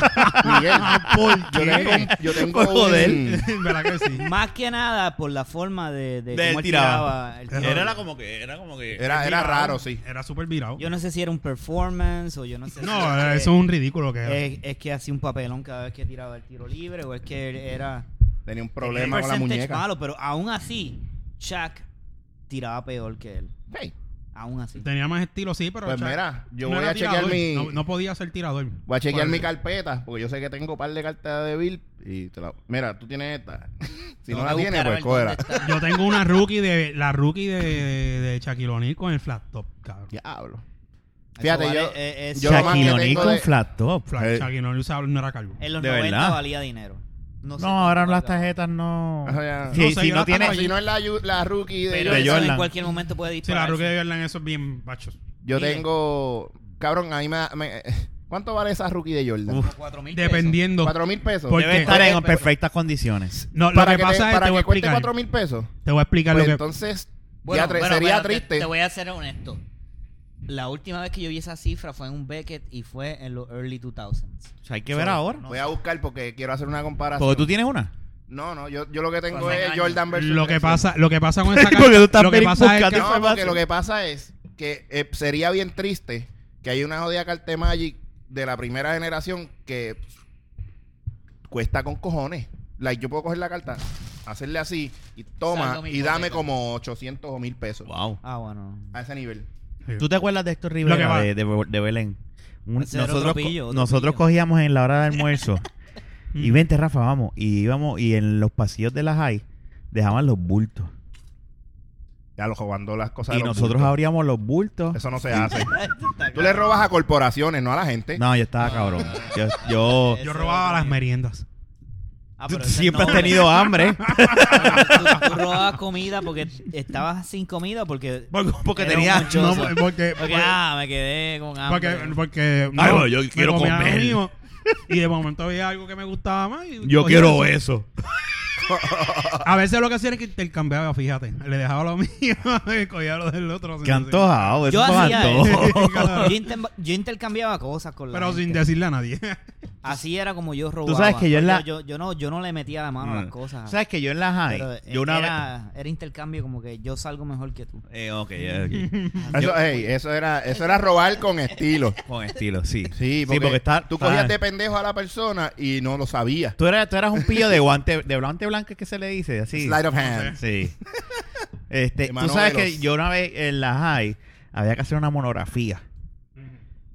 Speaker 3: Miguel,
Speaker 4: ¿Por
Speaker 3: yo tengo,
Speaker 4: qué?
Speaker 3: yo tengo
Speaker 1: Por joder.
Speaker 3: un-
Speaker 4: ¿Verdad que sí?
Speaker 2: Más que nada por la forma de, de
Speaker 1: Pues- De
Speaker 2: cómo
Speaker 1: él
Speaker 2: él
Speaker 1: tiraba.
Speaker 2: tiraba. el tiro.
Speaker 1: Era la como que, era como que.
Speaker 3: Era, era raro, sí.
Speaker 4: Era súper virado.
Speaker 2: Yo no sé si era un performance o yo no sé
Speaker 4: No,
Speaker 2: si Eh.
Speaker 4: eh, eso es un ridículo que era.
Speaker 2: es, es que hacía un papelón cada vez que tiraba el tiro libre o es que era
Speaker 3: Tenía un
Speaker 2: tenía un
Speaker 3: problema con la
Speaker 2: percentage
Speaker 3: muñeca.
Speaker 2: malo, pero aún así Shaq tiraba peor que él.
Speaker 3: Hey,
Speaker 2: Aún así.
Speaker 4: Tenía más estilo, sí, pero.
Speaker 3: Pues
Speaker 4: chacho,
Speaker 3: mira, yo
Speaker 4: no
Speaker 3: voy
Speaker 4: era
Speaker 3: a chequear
Speaker 4: tirador.
Speaker 3: mi-
Speaker 4: No, no podía ser tirador.
Speaker 3: voy a chequear
Speaker 4: Pues,
Speaker 3: mi carpeta, porque yo sé que tengo un par de cartas de Bill. Y te la... Mira, tú tienes esta. Si no,
Speaker 2: Tengo
Speaker 3: la
Speaker 2: que
Speaker 3: tienes,
Speaker 2: buscar a
Speaker 3: pues
Speaker 2: ver dónde
Speaker 3: cógela.
Speaker 2: está.
Speaker 4: Yo tengo una rookie de. La rookie de, de Shaquille O'Neal con el flat top, cabrón.
Speaker 3: Diablo.
Speaker 2: Eso
Speaker 3: Fíjate,
Speaker 2: vale,
Speaker 3: yo-
Speaker 2: eh, es-
Speaker 3: yo lo más que
Speaker 1: Shaquille O'Neal
Speaker 3: tengo
Speaker 1: con
Speaker 3: de-
Speaker 1: flat top.
Speaker 4: Flat,
Speaker 3: Eh.
Speaker 4: Shaquille O'Neal usaba, no era calvo.
Speaker 2: En los
Speaker 1: De
Speaker 2: 90
Speaker 1: verdad.
Speaker 2: valía dinero. No, sé
Speaker 1: No, ahora
Speaker 2: cuánto
Speaker 1: las
Speaker 2: valga.
Speaker 1: tarjetas no.
Speaker 3: O sea,
Speaker 1: Sí,
Speaker 4: no sé,
Speaker 1: si
Speaker 4: yo
Speaker 1: no
Speaker 4: las
Speaker 1: tiene.
Speaker 4: tengo
Speaker 3: Si no es la, yu- la rookie de
Speaker 2: Pero
Speaker 1: De
Speaker 2: eso
Speaker 1: Jordan.
Speaker 2: en cualquier momento puede
Speaker 4: Sí,
Speaker 2: disparar.
Speaker 4: la rookie de Jordan, eso es bien bacho.
Speaker 3: Yo
Speaker 2: Miren.
Speaker 3: tengo. Cabrón, ahí me. me- ¿Cuánto vale esa rookie de Jordan?
Speaker 1: Uf.
Speaker 2: Como 4 mil
Speaker 4: Dependiendo.
Speaker 3: ¿Cuatro mil pesos?
Speaker 4: Porque-
Speaker 1: Debe estar en perfectas condiciones.
Speaker 4: No, lo
Speaker 3: para
Speaker 4: que
Speaker 3: te-
Speaker 4: pasa es,
Speaker 3: para
Speaker 4: te voy a
Speaker 3: que cueste
Speaker 4: explicar.
Speaker 3: cuatro mil pesos.
Speaker 4: Te voy a explicar
Speaker 3: Pues
Speaker 4: lo que...
Speaker 3: entonces, ya tre- sería
Speaker 2: pero te-
Speaker 3: triste.
Speaker 2: Te, voy a ser honesto. La última vez que yo vi esa cifra fue en un Beckett y fue en los early 2000s.
Speaker 1: O sea, hay que ver ahora.
Speaker 3: Voy a buscar porque quiero hacer una comparación.
Speaker 1: Porque tú tienes una.
Speaker 3: No, no, yo, yo lo que tengo
Speaker 2: Pues me
Speaker 3: es
Speaker 2: engaño.
Speaker 3: Jordan versus
Speaker 4: Lo que
Speaker 3: Messi.
Speaker 4: pasa, lo que pasa con esa
Speaker 1: Porque tú estás
Speaker 4: lo que pasa es que-
Speaker 1: buscando-
Speaker 3: No, porque
Speaker 1: información.
Speaker 3: lo que pasa es que eh, sería bien triste que hay una jodida carta de Magic de la primera generación que cuesta con cojones. Like, yo puedo coger la carta, hacerle así y toma
Speaker 2: Saldo mi
Speaker 3: y dame
Speaker 2: hipoteca.
Speaker 3: como 800 o 1000 pesos
Speaker 1: Wow.
Speaker 2: Ah, bueno.
Speaker 3: a ese nivel.
Speaker 1: ¿Tú te acuerdas de Héctor
Speaker 4: Lo que
Speaker 1: Rivera
Speaker 4: va-
Speaker 1: de, de- de Belén? Un-
Speaker 2: Ese era otro
Speaker 1: nosotros co-
Speaker 2: pillo, otro
Speaker 1: nosotros
Speaker 2: pillo.
Speaker 1: cogíamos en la hora de almuerzo y
Speaker 4: Mm.
Speaker 1: vente Rafa, vamos. Y íbamos y en los pasillos de la high dejaban los bultos.
Speaker 3: Ya lo jugando las cosas.
Speaker 1: Y
Speaker 3: de los
Speaker 1: nosotros
Speaker 3: bultos.
Speaker 1: abríamos los bultos.
Speaker 3: Eso no se hace. Tú le robas a corporaciones, no a la gente.
Speaker 1: No, yo estaba cabrón. Yo, yo-
Speaker 4: Yo robaba las meriendas.
Speaker 2: Ah,
Speaker 1: tú
Speaker 2: pero ese
Speaker 1: siempre has
Speaker 2: nombre.
Speaker 1: tenido hambre.
Speaker 2: tú, tú robabas comida porque estabas sin comida porque.
Speaker 1: Porque, porque
Speaker 2: Era
Speaker 1: tenía...
Speaker 2: un monchoso.
Speaker 1: no,
Speaker 4: porque...
Speaker 2: porque, ah, me quedé con hambre.
Speaker 4: Porque, porque
Speaker 1: Ay, bueno, yo
Speaker 4: me
Speaker 1: quiero
Speaker 4: comía lo
Speaker 1: comer.
Speaker 4: mío, y de momento había algo que me gustaba más. y
Speaker 1: yo
Speaker 4: cogía
Speaker 1: quiero eso.
Speaker 4: A veces lo que hacía era que intercambiaba, fíjate. Le dejaba lo mío y cogía lo del otro. sin
Speaker 1: Qué
Speaker 4: decir-
Speaker 1: antojado. Eso
Speaker 2: yo
Speaker 1: fue
Speaker 2: hacía eso.
Speaker 1: antojo.
Speaker 4: Claro.
Speaker 2: Yo, inter- yo intercambiaba cosas con la
Speaker 4: Pero sin
Speaker 2: gente.
Speaker 4: decirle a nadie.
Speaker 2: Así era como yo robaba.
Speaker 1: sabes que yo en
Speaker 2: Porque
Speaker 1: la-
Speaker 2: yo,
Speaker 1: Mm.
Speaker 2: yo no, yo no le metía la mano a las cosas.
Speaker 1: ¿Sabes que yo en la
Speaker 2: Pero,
Speaker 1: high?
Speaker 2: eh,
Speaker 1: Yo una vez...
Speaker 2: era, era intercambio como que yo salgo mejor que tú.
Speaker 1: Eh, ok, ok.
Speaker 3: Eso, ey, eso era, eso era robar con estilo.
Speaker 1: Con estilo, sí.
Speaker 3: Sí, porque,
Speaker 1: está-
Speaker 3: tú
Speaker 1: está-
Speaker 3: cogías de pendejo a la persona y no lo sabías.
Speaker 1: Tú eras, tú eras un pillo de guante, de guante blanco que se le dice, así.
Speaker 3: Slide of hand.
Speaker 1: Sí. Este,
Speaker 3: De
Speaker 1: tú
Speaker 3: mano
Speaker 1: sabes
Speaker 3: veloz.
Speaker 1: que yo una vez en la high había que hacer una monografía.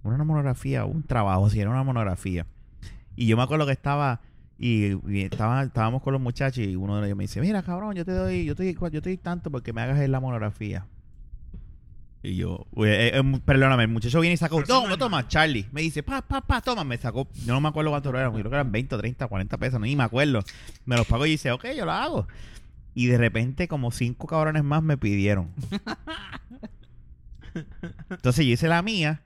Speaker 1: Una monografía, un trabajo, si era una monografía. Y yo me acuerdo que estaba y, y estaba- estábamos con los muchachos y uno de ellos me dice, "Mira, cabrón, yo te doy, yo te doy, yo te doy tanto porque me hagas la monografía." Y yo, eh, eh, eh, perdóname, el muchacho viene y sacó,
Speaker 4: Pero eso
Speaker 1: no,
Speaker 4: no
Speaker 1: no
Speaker 4: es
Speaker 1: toma, Charlie. Me dice, pa, pa, pa, toma, me sacó, yo no me acuerdo cuánto eran, yo creo que eran 20, 30, 40 pesos, ni me acuerdo. Me los pagó y dice, ok, yo lo hago. Y de repente como cinco cabrones más me pidieron. Entonces yo hice la mía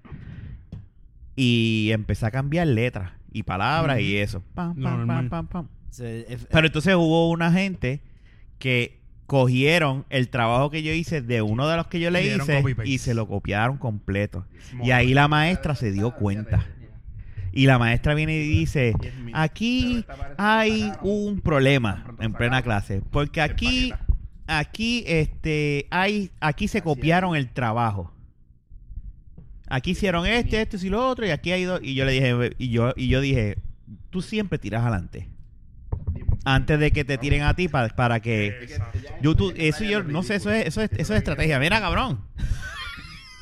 Speaker 1: y empecé a cambiar letras y palabras y eso. Pam, pam,
Speaker 4: Lo
Speaker 1: pam,
Speaker 4: normal.
Speaker 1: pam, pam.
Speaker 2: Se- eh,
Speaker 1: Pero entonces hubo una gente que cogieron el trabajo que yo hice de uno de los que yo
Speaker 4: Le
Speaker 1: le
Speaker 4: dieron
Speaker 1: hice
Speaker 4: copy-paste.
Speaker 1: y se lo copiaron completo. Y ahí la maestra se dio cuenta. Y la maestra viene y dice, aquí hay un problema en plena clase, porque aquí aquí este hay aquí se copiaron el trabajo. Aquí hicieron este, esto y lo otro y aquí hay dos y yo le dije y yo y yo dije, tú siempre tiras adelante. Antes de que te tiren a ti para, para que yo tú- eso yo no sé, eso es eso es, eso es estrategia. Mira, cabrón.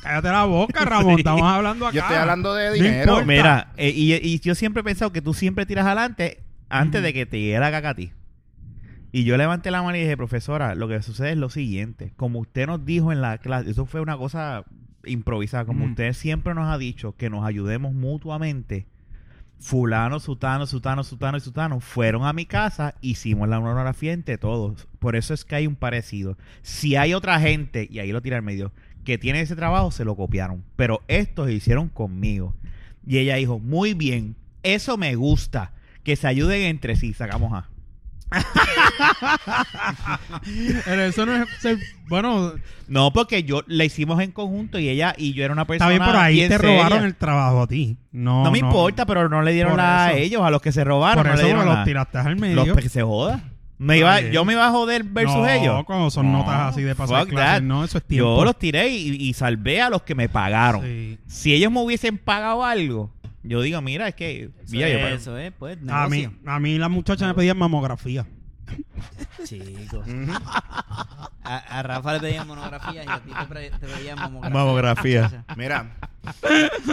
Speaker 4: Cállate la boca, Ramón. Estamos hablando acá.
Speaker 3: Yo estoy hablando de
Speaker 4: No
Speaker 3: dinero.
Speaker 4: importa.
Speaker 1: Mira, eh, y, y yo siempre he pensado que tú siempre tiras adelante antes de que te llegue la caca a ti. Y yo levanté la mano y dije, profesora, lo que sucede es lo siguiente. Como usted nos dijo en la clase, eso fue una cosa improvisada, como
Speaker 4: Mm.
Speaker 1: usted siempre nos ha dicho que nos ayudemos mutuamente. Fulano, sutano, sutano, sutano y sutano fueron a mi casa, hicimos la monografía entre todos. Por eso es que hay un parecido. Si hay otra gente, y ahí lo tira al medio, que tiene ese trabajo, se lo copiaron. Pero estos hicieron conmigo. Y ella dijo, muy bien, eso me gusta. Que se ayuden entre sí, sacamos a.
Speaker 4: Pero eso no es... ser- Bueno,
Speaker 1: No, porque yo la hicimos en conjunto y ella y yo era una
Speaker 4: está
Speaker 1: persona.
Speaker 4: bien, pero ahí
Speaker 1: bien
Speaker 4: te
Speaker 1: seria.
Speaker 4: robaron el trabajo a ti. No,
Speaker 1: No, me importa, pero no le dieron
Speaker 4: Por
Speaker 1: nada a
Speaker 4: eso.
Speaker 1: ellos, a los que se robaron.
Speaker 4: Por
Speaker 1: no le
Speaker 4: eso me
Speaker 1: dieron
Speaker 4: los
Speaker 1: nada.
Speaker 4: tiraste al medio.
Speaker 1: Los pe- que se joda. Me iba,
Speaker 4: bien.
Speaker 1: yo me iba a joder versus
Speaker 4: no,
Speaker 1: ellos.
Speaker 4: cuando son
Speaker 1: No,
Speaker 4: notas así de pasar
Speaker 1: fuck
Speaker 4: clases,
Speaker 1: that.
Speaker 4: no, eso es tiempo.
Speaker 1: Yo los tiré y, y salvé a los que me pagaron.
Speaker 4: Sí.
Speaker 1: Si ellos me hubiesen pagado algo, yo digo, mira, es que.
Speaker 2: eso,
Speaker 1: mira, yo-
Speaker 2: es, eso es, pues,
Speaker 4: A mí,
Speaker 2: negocio.
Speaker 4: a mí las muchachas me pedían mamografía.
Speaker 2: Chicos.
Speaker 1: Mm.
Speaker 2: A, a Rafa le pedían monografías y a ti te, pre- te pedían mamografías.
Speaker 1: Mamografía.
Speaker 3: Mira,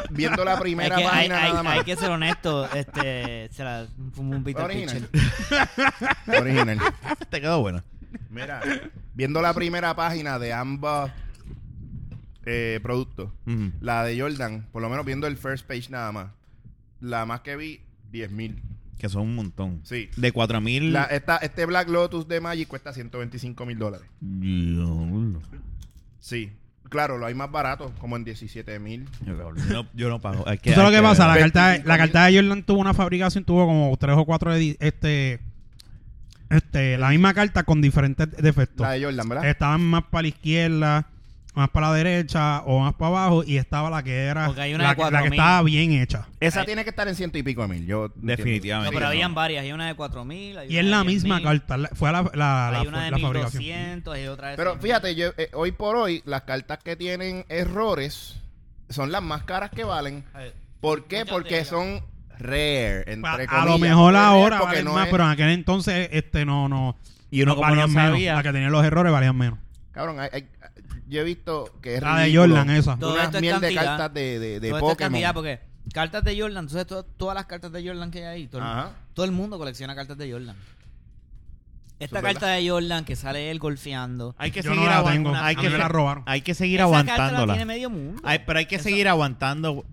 Speaker 3: viendo la
Speaker 2: Hay
Speaker 3: primera
Speaker 2: que, hay,
Speaker 3: página
Speaker 2: hay-
Speaker 3: nada más.
Speaker 2: hay que ser honesto, este, se la fumó un Peter
Speaker 3: Original.
Speaker 2: Pitcher.
Speaker 3: Original.
Speaker 1: Ah, pues Te quedó bueno.
Speaker 3: Mira, viendo la primera página de ambos eh, productos,
Speaker 1: Ujú.
Speaker 3: la de Jordan, por lo menos viendo el first page nada más, la más que vi, 10 mil.
Speaker 1: Que son un montón.
Speaker 3: Sí.
Speaker 1: De 4 mil.
Speaker 3: La- esta- este Black Lotus de Magic cuesta 125 mil dólares. Sí. Claro, lo hay más barato, como en 17 mil.
Speaker 1: Yo no, yo no pago. Hay
Speaker 4: ¿Tú sabes lo
Speaker 1: hay
Speaker 4: que pasa? La
Speaker 1: ver.
Speaker 4: carta, de-
Speaker 3: 25.000.
Speaker 4: la carta de Jordan tuvo una fabricación, tuvo como tres o cuatro edi- este, este, la misma carta con diferentes defectos.
Speaker 3: La de Jordan, ¿verdad?
Speaker 4: Estaban más para la izquierda, más para la derecha o más para abajo y estaba la que era
Speaker 2: Porque hay una
Speaker 4: la,
Speaker 2: de
Speaker 4: que- la
Speaker 2: 4.000.
Speaker 4: que estaba bien hecha.
Speaker 3: Esa
Speaker 2: Ay.
Speaker 3: tiene que estar en ciento y pico de mil. Yo entiendo.
Speaker 2: No,
Speaker 1: Definitivamente.
Speaker 2: pero
Speaker 1: no.
Speaker 2: habían varias. Hay una de 4000. hay
Speaker 4: Y es
Speaker 2: una
Speaker 4: la
Speaker 2: de 10.000,
Speaker 4: misma carta, la- fue la, la, la-
Speaker 2: Hay una de
Speaker 4: la fabricación.
Speaker 2: 1200. Hay otra de
Speaker 3: Pero
Speaker 2: 100.000.
Speaker 3: fíjate, yo, eh, hoy por hoy, las cartas que tienen errores son las más caras que valen.
Speaker 2: A ver,
Speaker 3: ¿Por qué?
Speaker 2: Mucha
Speaker 3: Porque
Speaker 2: teoría.
Speaker 3: son rare, entre
Speaker 4: Pa-
Speaker 3: comillas.
Speaker 4: A lo mejor
Speaker 3: Rare
Speaker 4: ahora
Speaker 3: porque
Speaker 4: valen
Speaker 3: no
Speaker 4: más,
Speaker 3: es-
Speaker 4: pero en aquel entonces este no no
Speaker 1: Y uno como no
Speaker 4: valían menos.
Speaker 1: sabía-
Speaker 4: La que tenían los errores valían menos.
Speaker 3: Cabrón, hay- hay- yo he visto que es
Speaker 4: La de
Speaker 3: ridículo
Speaker 4: Jordan, esa.
Speaker 2: Todo esto
Speaker 3: Unas
Speaker 2: es
Speaker 3: miel de
Speaker 2: cantidad.
Speaker 3: cartas de, de, de
Speaker 2: todo esto es
Speaker 3: Pokémon.
Speaker 2: cantidad, porque cartas de Jordan, entonces to- todas las cartas de Jordan que hay ahí, todo, el-
Speaker 3: Ajá.
Speaker 2: todo el mundo colecciona cartas de Jordan. Esta
Speaker 3: es
Speaker 2: carta de Jordan que sale él golfeando.
Speaker 1: Hay que
Speaker 4: Yo no
Speaker 1: seguir
Speaker 4: la
Speaker 1: aguan-
Speaker 4: tengo.
Speaker 1: Hay
Speaker 4: A
Speaker 1: que
Speaker 4: mí me la robaron.
Speaker 1: Hay que seguir
Speaker 2: Esa carta la tiene
Speaker 1: aguantándola.
Speaker 2: medio mundo.
Speaker 1: Ay, pero hay que
Speaker 2: Esa-
Speaker 1: seguir aguantando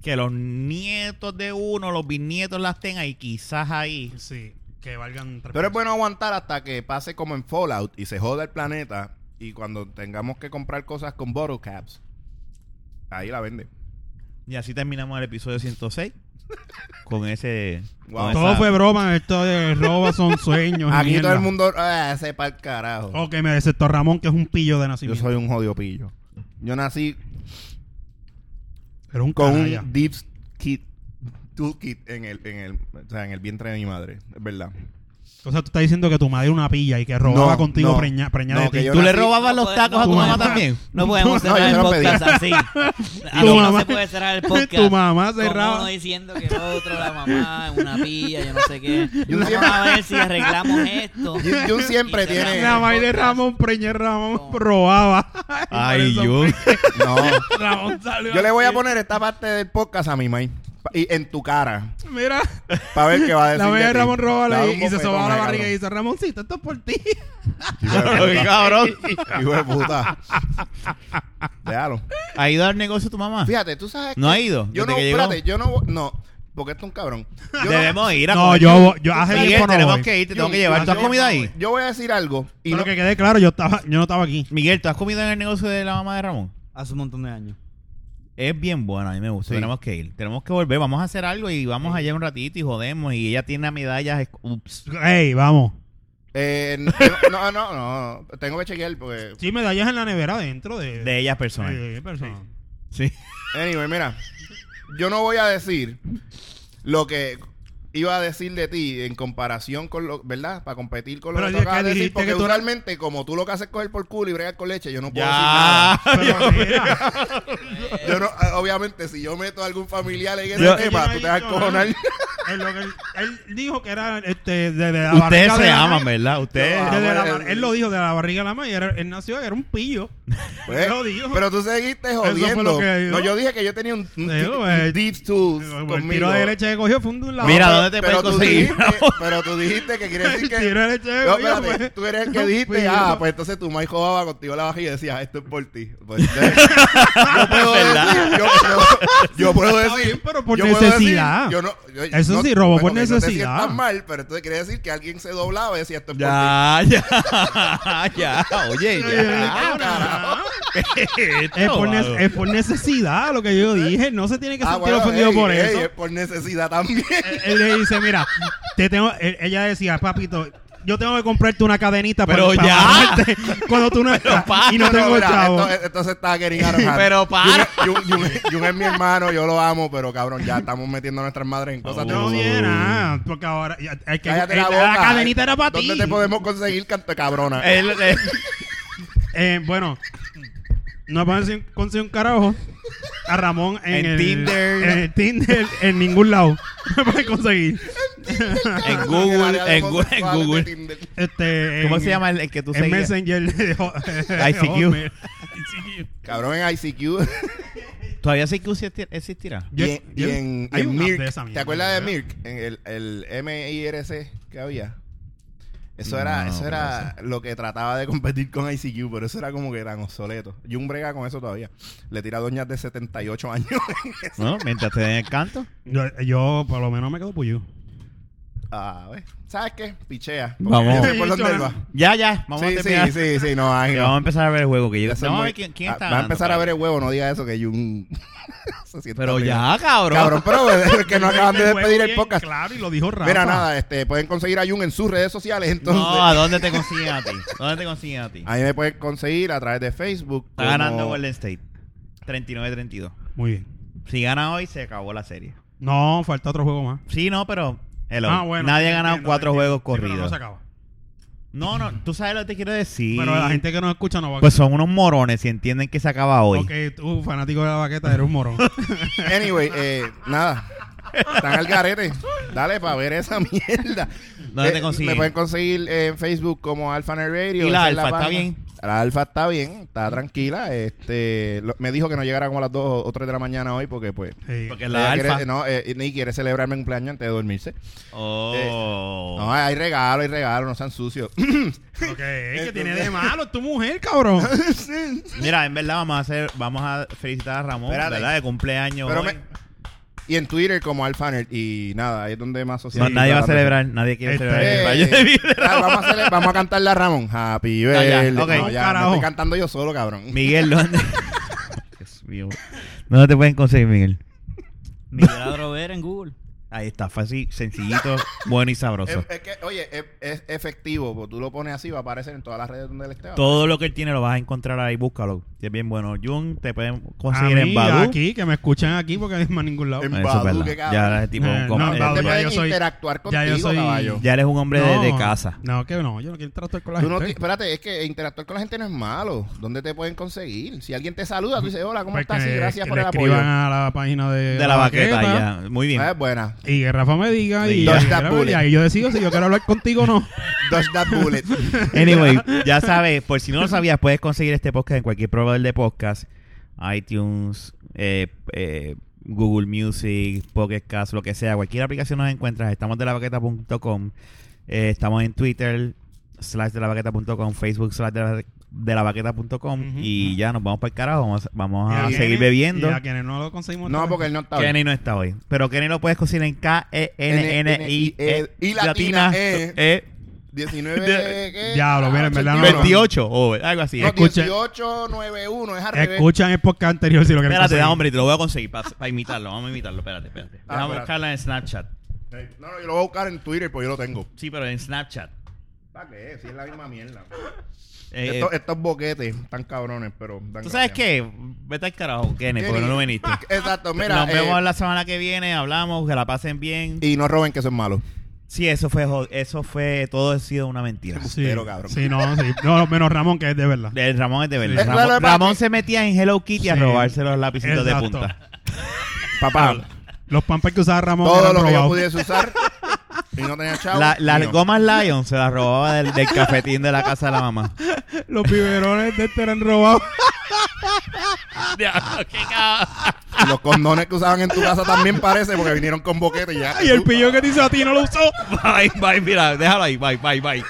Speaker 1: que los nietos de uno, los bisnietos las tengan y quizás ahí.
Speaker 4: Sí, que valgan
Speaker 3: Pero
Speaker 4: tres
Speaker 3: es
Speaker 4: pesos.
Speaker 3: bueno aguantar hasta que pase como en Fallout y se joda el planeta y cuando tengamos que comprar cosas con bottle caps, ahí la vende.
Speaker 1: Y así terminamos el episodio 106 con ese...
Speaker 3: Wow.
Speaker 1: con
Speaker 4: Todo
Speaker 1: esa-
Speaker 4: fue broma, esto de roba son sueños. y
Speaker 3: Aquí
Speaker 4: mierda. Oh,
Speaker 3: todo el mundo ah, se para el carajo.
Speaker 4: Ok, me deceptó Ramón, que es un pillo de
Speaker 3: Yo
Speaker 4: nacimiento.
Speaker 3: soy un jodido pillo. Yo nací
Speaker 4: Era un
Speaker 3: con
Speaker 4: canalla.
Speaker 3: un deep kit, toolkit en el, en el, o sea, en el vientre de mi madre, es verdad.
Speaker 4: O sea, tú estás diciendo que tu madre era una pilla y que robaba
Speaker 3: No,
Speaker 4: contigo
Speaker 3: no.
Speaker 4: preña- preñada
Speaker 3: No,
Speaker 4: de
Speaker 3: que
Speaker 4: ti.
Speaker 3: yo
Speaker 1: ¿Tú le
Speaker 3: nací-
Speaker 1: robabas
Speaker 2: No
Speaker 1: los
Speaker 2: puede-
Speaker 1: tacos a
Speaker 4: no
Speaker 1: Ah, tu
Speaker 4: puede-
Speaker 1: mamá también?
Speaker 2: No podemos
Speaker 3: No, yo
Speaker 2: cerrar
Speaker 3: se
Speaker 2: el
Speaker 3: lo pedí.
Speaker 2: podcast así.
Speaker 4: Tu
Speaker 2: Así no
Speaker 4: mamá-
Speaker 2: se puede cerrar el
Speaker 4: tu
Speaker 2: podcast.
Speaker 4: mamá
Speaker 2: Con
Speaker 4: cerraba.
Speaker 2: Uno diciendo que el otro, la mamá, una pilla, yo no sé qué.
Speaker 3: Yo
Speaker 2: Vamos
Speaker 3: siempre-
Speaker 2: a ver si arreglamos esto.
Speaker 3: Jun- Jun siempre
Speaker 2: Y te
Speaker 3: tiene-
Speaker 4: La
Speaker 2: llaman
Speaker 4: madre de
Speaker 2: podcast.
Speaker 4: Ramón, preñé Ramón,
Speaker 2: No.
Speaker 4: robaba.
Speaker 1: Ay,
Speaker 4: Por eso
Speaker 1: yo...
Speaker 3: No.
Speaker 4: Ramón salió
Speaker 3: Yo le voy a
Speaker 4: así.
Speaker 3: poner esta parte del podcast a mi maíz. Pa- Y en tu cara.
Speaker 4: Mira,
Speaker 3: Para ver qué va a decir.
Speaker 4: la
Speaker 3: de
Speaker 4: madre de
Speaker 3: ti.
Speaker 4: Ramón
Speaker 3: Le va a
Speaker 4: robaba
Speaker 3: dar
Speaker 4: y,
Speaker 3: un
Speaker 4: y se
Speaker 3: bofetón
Speaker 4: sobaba la
Speaker 3: al
Speaker 4: barriga y
Speaker 3: cabrón.
Speaker 4: dice, Ramoncito, esto es por ti.
Speaker 1: Qué cabrón.
Speaker 3: Hijo de puta. Déjalo.
Speaker 1: ¿Ha ido al negocio tu mamá?
Speaker 3: Fíjate, tú sabes
Speaker 1: ¿No
Speaker 3: que
Speaker 1: ha ido?
Speaker 3: Yo
Speaker 1: ¿Desde
Speaker 3: no,
Speaker 1: que llegó?
Speaker 3: espérate, yo no, voy- no, porque esto es un cabrón. Yo no-
Speaker 1: Debemos ir a
Speaker 4: No,
Speaker 1: comer.
Speaker 4: yo, yo hace
Speaker 1: Miguel,
Speaker 4: tiempo no
Speaker 1: tenemos
Speaker 4: voy.
Speaker 1: que ir, te tengo
Speaker 3: Jun,
Speaker 1: que llevar. ¿Tú
Speaker 3: yo-
Speaker 1: has comido ahí?
Speaker 3: Yo voy a decir algo y
Speaker 4: Pero
Speaker 3: no,
Speaker 4: que quede claro, yo, estaba, yo no estaba aquí.
Speaker 1: Miguel, ¿tú has comido en el negocio de la mamá de Ramón?
Speaker 2: Hace un montón de años.
Speaker 1: Es bien buena, a mí me gusta.
Speaker 3: Sí.
Speaker 1: Tenemos que ir. Tenemos que volver. Vamos a hacer algo y vamos allá un ratito y jodemos. Y ella tiene medallas. esc- Ups.
Speaker 4: Ey, vamos.
Speaker 3: eh, no, no, no, no, tengo que chequear porque
Speaker 4: Sí, medallas en la nevera dentro de...
Speaker 1: De ellas personal.
Speaker 4: de- de personas.
Speaker 1: Sí.
Speaker 3: anyway, mira, yo no voy a decir lo que iba a decir de ti en comparación con lo, ¿verdad? Para competir con lo
Speaker 4: Pero
Speaker 3: que tú
Speaker 4: es que
Speaker 3: acabas de decir
Speaker 4: dijiste
Speaker 3: porque
Speaker 4: que tú eras-
Speaker 3: realmente como tú lo que haces es coger por culo y bregar con leche, yo no puedo decir nada.
Speaker 1: Ya.
Speaker 4: Pero mira,
Speaker 3: Yo no, eh, obviamente, si yo meto a algún familiar en ese
Speaker 1: Yo-
Speaker 3: tema,
Speaker 4: Yo no
Speaker 3: tú
Speaker 4: he
Speaker 3: te vas a
Speaker 4: dicho
Speaker 3: cojonar.
Speaker 4: nada. él, lo que él, él dijo que era este, de, de la
Speaker 1: Ustedes
Speaker 4: barriga de
Speaker 1: se
Speaker 4: la-
Speaker 1: aman, ¿verdad? Ustedes.
Speaker 3: Yo-
Speaker 4: de- de la
Speaker 3: Ah,
Speaker 4: bar-
Speaker 3: bueno.
Speaker 4: él lo dijo de la barriga de la madre. Era, él nació, era un pillo.
Speaker 3: Pues,
Speaker 4: Lo dijo.
Speaker 3: pero tú seguiste
Speaker 4: fue lo
Speaker 3: jodiendo.
Speaker 4: que dijo.
Speaker 3: No, yo dije que yo tenía un, un,
Speaker 4: Sí,
Speaker 3: un
Speaker 4: pues,
Speaker 3: deep tools
Speaker 4: el
Speaker 3: conmigo.
Speaker 4: tiro de leche que cogió fue un de un lado.
Speaker 1: Mira,
Speaker 3: pero-
Speaker 1: ¿dónde te
Speaker 3: pero
Speaker 1: puedes
Speaker 3: tú
Speaker 1: conseguir?
Speaker 3: dijiste- pero tú dijiste que quiere
Speaker 4: el pues.
Speaker 3: decir que...
Speaker 4: tiro de leche que
Speaker 3: No,
Speaker 4: cogió
Speaker 3: espérate,
Speaker 4: fue-
Speaker 3: tú eres el que
Speaker 4: fue un
Speaker 3: dijiste,
Speaker 4: pillo.
Speaker 3: ah, pues entonces tu maíz jodaba contigo la baja y decía, esto es por ti. Pues, yo puedo
Speaker 1: ¿Verdad?
Speaker 3: decir, yo, puedo- yo puedo
Speaker 4: Está
Speaker 3: decir,
Speaker 4: bien, pero por
Speaker 3: yo puedo
Speaker 4: necesidad.
Speaker 3: decir, yo no, yo-
Speaker 4: Eso
Speaker 3: no-
Speaker 4: sí, robó por
Speaker 3: bueno, que no te
Speaker 4: necesidad.
Speaker 3: sientas mal, pero entonces quiere decir que alguien se doblaba y decía, esto es por ti.
Speaker 1: Ya, ya, ya. Oye,
Speaker 4: Ay, ay,
Speaker 3: Ah,
Speaker 1: ya.
Speaker 4: cabrón. Es
Speaker 1: Esto,
Speaker 4: por, ne-
Speaker 1: mano.
Speaker 4: es por necesidad lo que yo dije. No se tiene que
Speaker 3: Ah,
Speaker 4: sentir
Speaker 3: bueno,
Speaker 4: ofendido
Speaker 3: ey,
Speaker 4: por
Speaker 3: ey,
Speaker 4: eso.
Speaker 3: es por necesidad también.
Speaker 4: Él- Él le dice, mira, te tengo, él- ella decía, papito, yo tengo que comprarte una cadenita para-
Speaker 1: Pero
Speaker 4: para
Speaker 1: ya.
Speaker 4: amarrarte cuando tú no estás
Speaker 1: pa,
Speaker 4: y no, tengo
Speaker 3: mira,
Speaker 4: chavo.
Speaker 3: Esto, esto se está getting out of hand.
Speaker 1: Pero para.
Speaker 3: Jun, Jun- Jun es mi hermano, yo lo amo, pero cabrón, ya estamos metiendo a nuestras madres en cosas
Speaker 4: No
Speaker 1: Oh.
Speaker 3: de
Speaker 4: viene nada, porque ahora ya- es que
Speaker 3: Cállate
Speaker 4: eh,
Speaker 3: la
Speaker 4: la,
Speaker 3: boca.
Speaker 4: cadenita era para ti.
Speaker 3: ¿Dónde te podemos conseguir, canto de cabrona?
Speaker 1: Él- él-
Speaker 4: Eh, bueno, no podemos decir- conseguir un carajo a Ramón en,
Speaker 1: En
Speaker 4: el-
Speaker 1: Tinder.
Speaker 4: en el Tinder, en ningún lado. No pueden conseguir.
Speaker 1: en Google, en Google, en Google.
Speaker 4: Este,
Speaker 1: ¿Cómo
Speaker 4: en-
Speaker 1: se llama el, el que tú
Speaker 4: En
Speaker 1: seguías?
Speaker 4: Messenger de Ho- de
Speaker 1: ICQ.
Speaker 4: Hotmail. ICQ.
Speaker 3: Cabrón, en ICQ
Speaker 1: ¿Todavía sé que existirá?
Speaker 3: y
Speaker 4: Yo-
Speaker 3: en, y
Speaker 4: yo-
Speaker 3: en,
Speaker 4: hay
Speaker 3: en
Speaker 4: una de
Speaker 3: Mirk.
Speaker 4: esa
Speaker 3: ¿Te
Speaker 4: mierda,
Speaker 3: acuerdas de
Speaker 4: ¿verdad?
Speaker 3: Mirk? En el, el M-I-R-C que había. Eso era,
Speaker 1: No,
Speaker 3: eso era lo que trataba de competir con ICQ, pero eso era como que tan obsoleto. Jun brega con eso todavía. Le tira a doñas de 78 años.
Speaker 1: ¿No? Mientras te den el canto.
Speaker 4: Yo, yo por lo menos me quedo puyú.
Speaker 3: Ah, ¿ves? ¿Sabes qué? Pichea.
Speaker 1: Vamos.
Speaker 3: Yo sé por
Speaker 4: Sí,
Speaker 3: dónde él
Speaker 4: yo-
Speaker 3: va.
Speaker 1: Ya, ya. Vamos
Speaker 3: sí,
Speaker 1: a terminar.
Speaker 3: sí, sí, sí, no, ay,
Speaker 1: Que
Speaker 3: no.
Speaker 1: Vamos a empezar a ver el juego. Que yo,
Speaker 3: Ya soy
Speaker 1: vamos a
Speaker 3: muy-
Speaker 1: ver quién, quién
Speaker 3: Ah,
Speaker 1: está.
Speaker 3: Va a
Speaker 1: ganando,
Speaker 3: empezar a ver
Speaker 1: cabrón.
Speaker 3: el huevo, no diga eso que Jun. se sienta
Speaker 1: Pero
Speaker 3: obligado.
Speaker 1: ya, cabrón.
Speaker 3: Cabrón, pero es que no acaban de
Speaker 4: Este juego
Speaker 3: despedir el
Speaker 4: bien
Speaker 3: podcast.
Speaker 4: Claro, y lo dijo Rafa.
Speaker 3: Mira, nada, este, pueden conseguir a Jun en sus redes sociales, entonces.
Speaker 1: No, ¿a dónde te consiguen a ti? ¿Dónde te consiguen a ti?
Speaker 3: Ahí me pueden conseguir a través de Facebook.
Speaker 1: Está
Speaker 3: como-
Speaker 1: ganando Golden State. 39-32.
Speaker 4: Muy bien.
Speaker 1: Si gana hoy, se acabó la serie.
Speaker 4: No, falta otro juego más.
Speaker 1: Sí, no, pero. hello.
Speaker 4: Ah, bueno,
Speaker 1: Nadie ha ganado
Speaker 4: entiendo,
Speaker 1: cuatro
Speaker 4: entiendo.
Speaker 1: juegos
Speaker 4: Sí, pero no
Speaker 1: corridos.
Speaker 4: se acaba.
Speaker 1: no, no, tú sabes lo que te quiero decir.
Speaker 4: Pero la gente que nos escucha no va a
Speaker 1: Pues son unos morones si entienden que se acaba hoy.
Speaker 4: Ok, tú, fanático de la baqueta, eres un morón.
Speaker 3: Anyway, eh, nada. Están al garete. Dale para ver esa mierda.
Speaker 1: ¿Dónde
Speaker 3: Eh,
Speaker 1: te consiguen?
Speaker 3: Me pueden conseguir en Facebook como Alfa Nerd Radio.
Speaker 1: ¿Y
Speaker 3: Esa
Speaker 1: la
Speaker 3: es
Speaker 1: Alfa? ¿Está
Speaker 3: página.
Speaker 1: bien?
Speaker 3: La Alfa está bien, está tranquila. Este, lo- me dijo que no llegara como a las 2 o 3 de la mañana hoy porque pues...
Speaker 4: Sí.
Speaker 1: Porque la
Speaker 3: ella
Speaker 1: alfa.
Speaker 3: Quiere, no, eh, ni quiere celebrarme un cumpleaños antes de dormirse.
Speaker 1: Oh.
Speaker 3: Eh, No, hay regalo, hay regalo, no sean sucios.
Speaker 4: Ok, que tiene de malo Es tu mujer, cabrón.
Speaker 1: Mira, en verdad vamos a hacer, vamos a felicitar a Ramón,
Speaker 3: Espérate.
Speaker 1: ¿verdad? De cumpleaños.
Speaker 3: Pero
Speaker 1: hoy.
Speaker 3: me- y en Twitter como Alfa Nerd y nada, ahí es donde más
Speaker 1: No,
Speaker 3: social.
Speaker 1: nadie va a celebrar, nadie quiere
Speaker 4: Este-
Speaker 1: celebrar el
Speaker 3: Eh,
Speaker 1: cumpleaños de Miguel
Speaker 3: ah,
Speaker 1: Ramón.
Speaker 3: vamos, a hacerle- vamos a cantarle a Ramón. Happy
Speaker 1: No, Ah, ya,
Speaker 3: birthday.
Speaker 1: ok.
Speaker 3: No,
Speaker 4: No,
Speaker 3: ya, me
Speaker 4: carajo.
Speaker 3: estoy cantando yo solo, cabrón.
Speaker 1: Miguel, ¿dónde? Dios mío. ¿Dónde te pueden conseguir, Miguel?
Speaker 2: Miguel Adrover en Google.
Speaker 1: Ahí está, fácil, sencillito, bueno y sabroso.
Speaker 3: Es, es que, oye, es, es efectivo, porque tú lo pones así, va a aparecer en todas las redes donde él esté. va a
Speaker 1: Todo lo que él tiene lo vas a encontrar ahí, búscalo. Si es bien bueno. Jun, te pueden
Speaker 4: A
Speaker 1: conseguir
Speaker 4: mí,
Speaker 1: en Badu.
Speaker 4: aquí, que me escuchan aquí porque no es más ningún lado.
Speaker 3: En-
Speaker 1: Eso es
Speaker 3: Badoo,
Speaker 1: verdad.
Speaker 3: qué cabrón.
Speaker 1: Ya eres tipo
Speaker 4: Eh,
Speaker 1: un
Speaker 4: no,
Speaker 1: com-
Speaker 4: en Badoo
Speaker 3: te
Speaker 1: eh,
Speaker 4: ya
Speaker 3: pueden
Speaker 4: yo soy-
Speaker 3: interactuar
Speaker 4: ya yo
Speaker 3: contigo,
Speaker 4: soy-
Speaker 3: caballo.
Speaker 1: ya eres un hombre de,
Speaker 4: No,
Speaker 1: de casa.
Speaker 4: No, que no, yo no pues, quiero interactuar con la
Speaker 3: Tú no ti-
Speaker 4: gente.
Speaker 3: espérate, es que interactuar con la gente no es malo. ¿Dónde te pueden conseguir? Si alguien te saluda, tú dices, hola, ¿cómo
Speaker 4: Pues
Speaker 3: estás? Sí,
Speaker 4: que-
Speaker 3: gracias
Speaker 4: que
Speaker 3: por
Speaker 4: le
Speaker 3: el apoyo.
Speaker 4: escriban a la página de,
Speaker 1: De la baqueta, ya. Muy bien.
Speaker 3: Ah, Es buena.
Speaker 4: Y que Rafa me diga y,
Speaker 1: Dodge
Speaker 4: ahí-
Speaker 3: that bullet.
Speaker 4: y ahí yo decido si yo quiero hablar contigo o no.
Speaker 3: Dodge that bullet.
Speaker 1: Anyway, ya sabes, por si no lo sabías, puedes conseguir este podcast en cualquier proveedor de podcast. iTunes, eh, eh, Google Music, Pocket Cast, lo que sea. Cualquier aplicación nos encuentras. Estamos de la baqueta.com. eh, estamos en Twitter, slash de la baqueta.com, Facebook, slash de la, de la baqueta.com.
Speaker 4: Ujú.
Speaker 1: Y ya nos vamos para el carajo. Vamos, a- vamos
Speaker 4: Y
Speaker 1: a
Speaker 4: quienes-
Speaker 1: Ah, seguir bebiendo.
Speaker 4: Y a quienes no lo conseguimos.
Speaker 3: No,
Speaker 4: también.
Speaker 3: porque él no está bien.
Speaker 1: Kenny no está hoy. Pero Kenny lo puedes conseguir en E K-E-N-N-I.
Speaker 3: N- N- I latina, E. 19,
Speaker 1: De-
Speaker 3: ¿qué?
Speaker 4: Diablo, mira, en verdad no,
Speaker 1: 28 o algo así.
Speaker 3: No,
Speaker 1: Es-
Speaker 4: Escucha.
Speaker 3: 1891, es al revés.
Speaker 4: Escuchan el podcast anterior si lo quieren
Speaker 1: Espérate,
Speaker 4: conseguir.
Speaker 1: da, hombre, te lo voy a conseguir para imitarlo. Vamos a imitarlo, espérate, espérate.
Speaker 3: Ah,
Speaker 1: Vamos
Speaker 3: espérate.
Speaker 1: a buscarla en Snapchat.
Speaker 3: No, no, yo lo voy a buscar en Twitter, pues yo lo tengo.
Speaker 1: Sí, pero en Snapchat.
Speaker 3: ¿Para qué? Si es la misma mierda.
Speaker 1: Eh,
Speaker 3: estos,
Speaker 1: eh,
Speaker 3: estos boquetes están cabrones, pero. dan
Speaker 1: ¿Tú sabes
Speaker 3: gracia.
Speaker 1: qué? Vete al carajo, Kenny, porque
Speaker 3: Kenny,
Speaker 1: no viniste.
Speaker 3: Exacto, mira.
Speaker 1: Nos
Speaker 3: eh,
Speaker 1: vemos la semana que viene, hablamos, que la pasen bien.
Speaker 3: Y no roben, que eso es malo.
Speaker 1: Sí, eso fue, jo- eso fue, todo ha sido una mentira.
Speaker 4: Sí,
Speaker 3: Pero, cabrón.
Speaker 4: sí, no, sí. No, menos Ramón, que es de verdad.
Speaker 1: El Ramón es de verdad.
Speaker 3: Sí.
Speaker 1: Ramón,
Speaker 3: Claro, para
Speaker 1: Ramón
Speaker 3: que-
Speaker 1: se metía en Hello Kitty a
Speaker 4: Sí.
Speaker 1: robarse los lapicitos de
Speaker 4: Exacto.
Speaker 1: punta.
Speaker 3: Papá,
Speaker 4: Los pampas que usaba Ramón
Speaker 3: todo
Speaker 4: eran
Speaker 3: lo que yo
Speaker 4: robados.
Speaker 3: pudiese usar y no tenía chavo.
Speaker 1: La- las
Speaker 3: mío.
Speaker 1: gomas Lion se las robaba del, del cafetín de la casa de la mamá.
Speaker 4: Los biberones de este eran robados.
Speaker 3: Y Los condones que usaban en tu casa también parece porque vinieron con boquete y ya.
Speaker 4: Y el
Speaker 3: tú-
Speaker 4: pillo que te hizo a ti no lo usó.
Speaker 1: Bye, bye, mira, déjalo ahí, bye, bye, bye.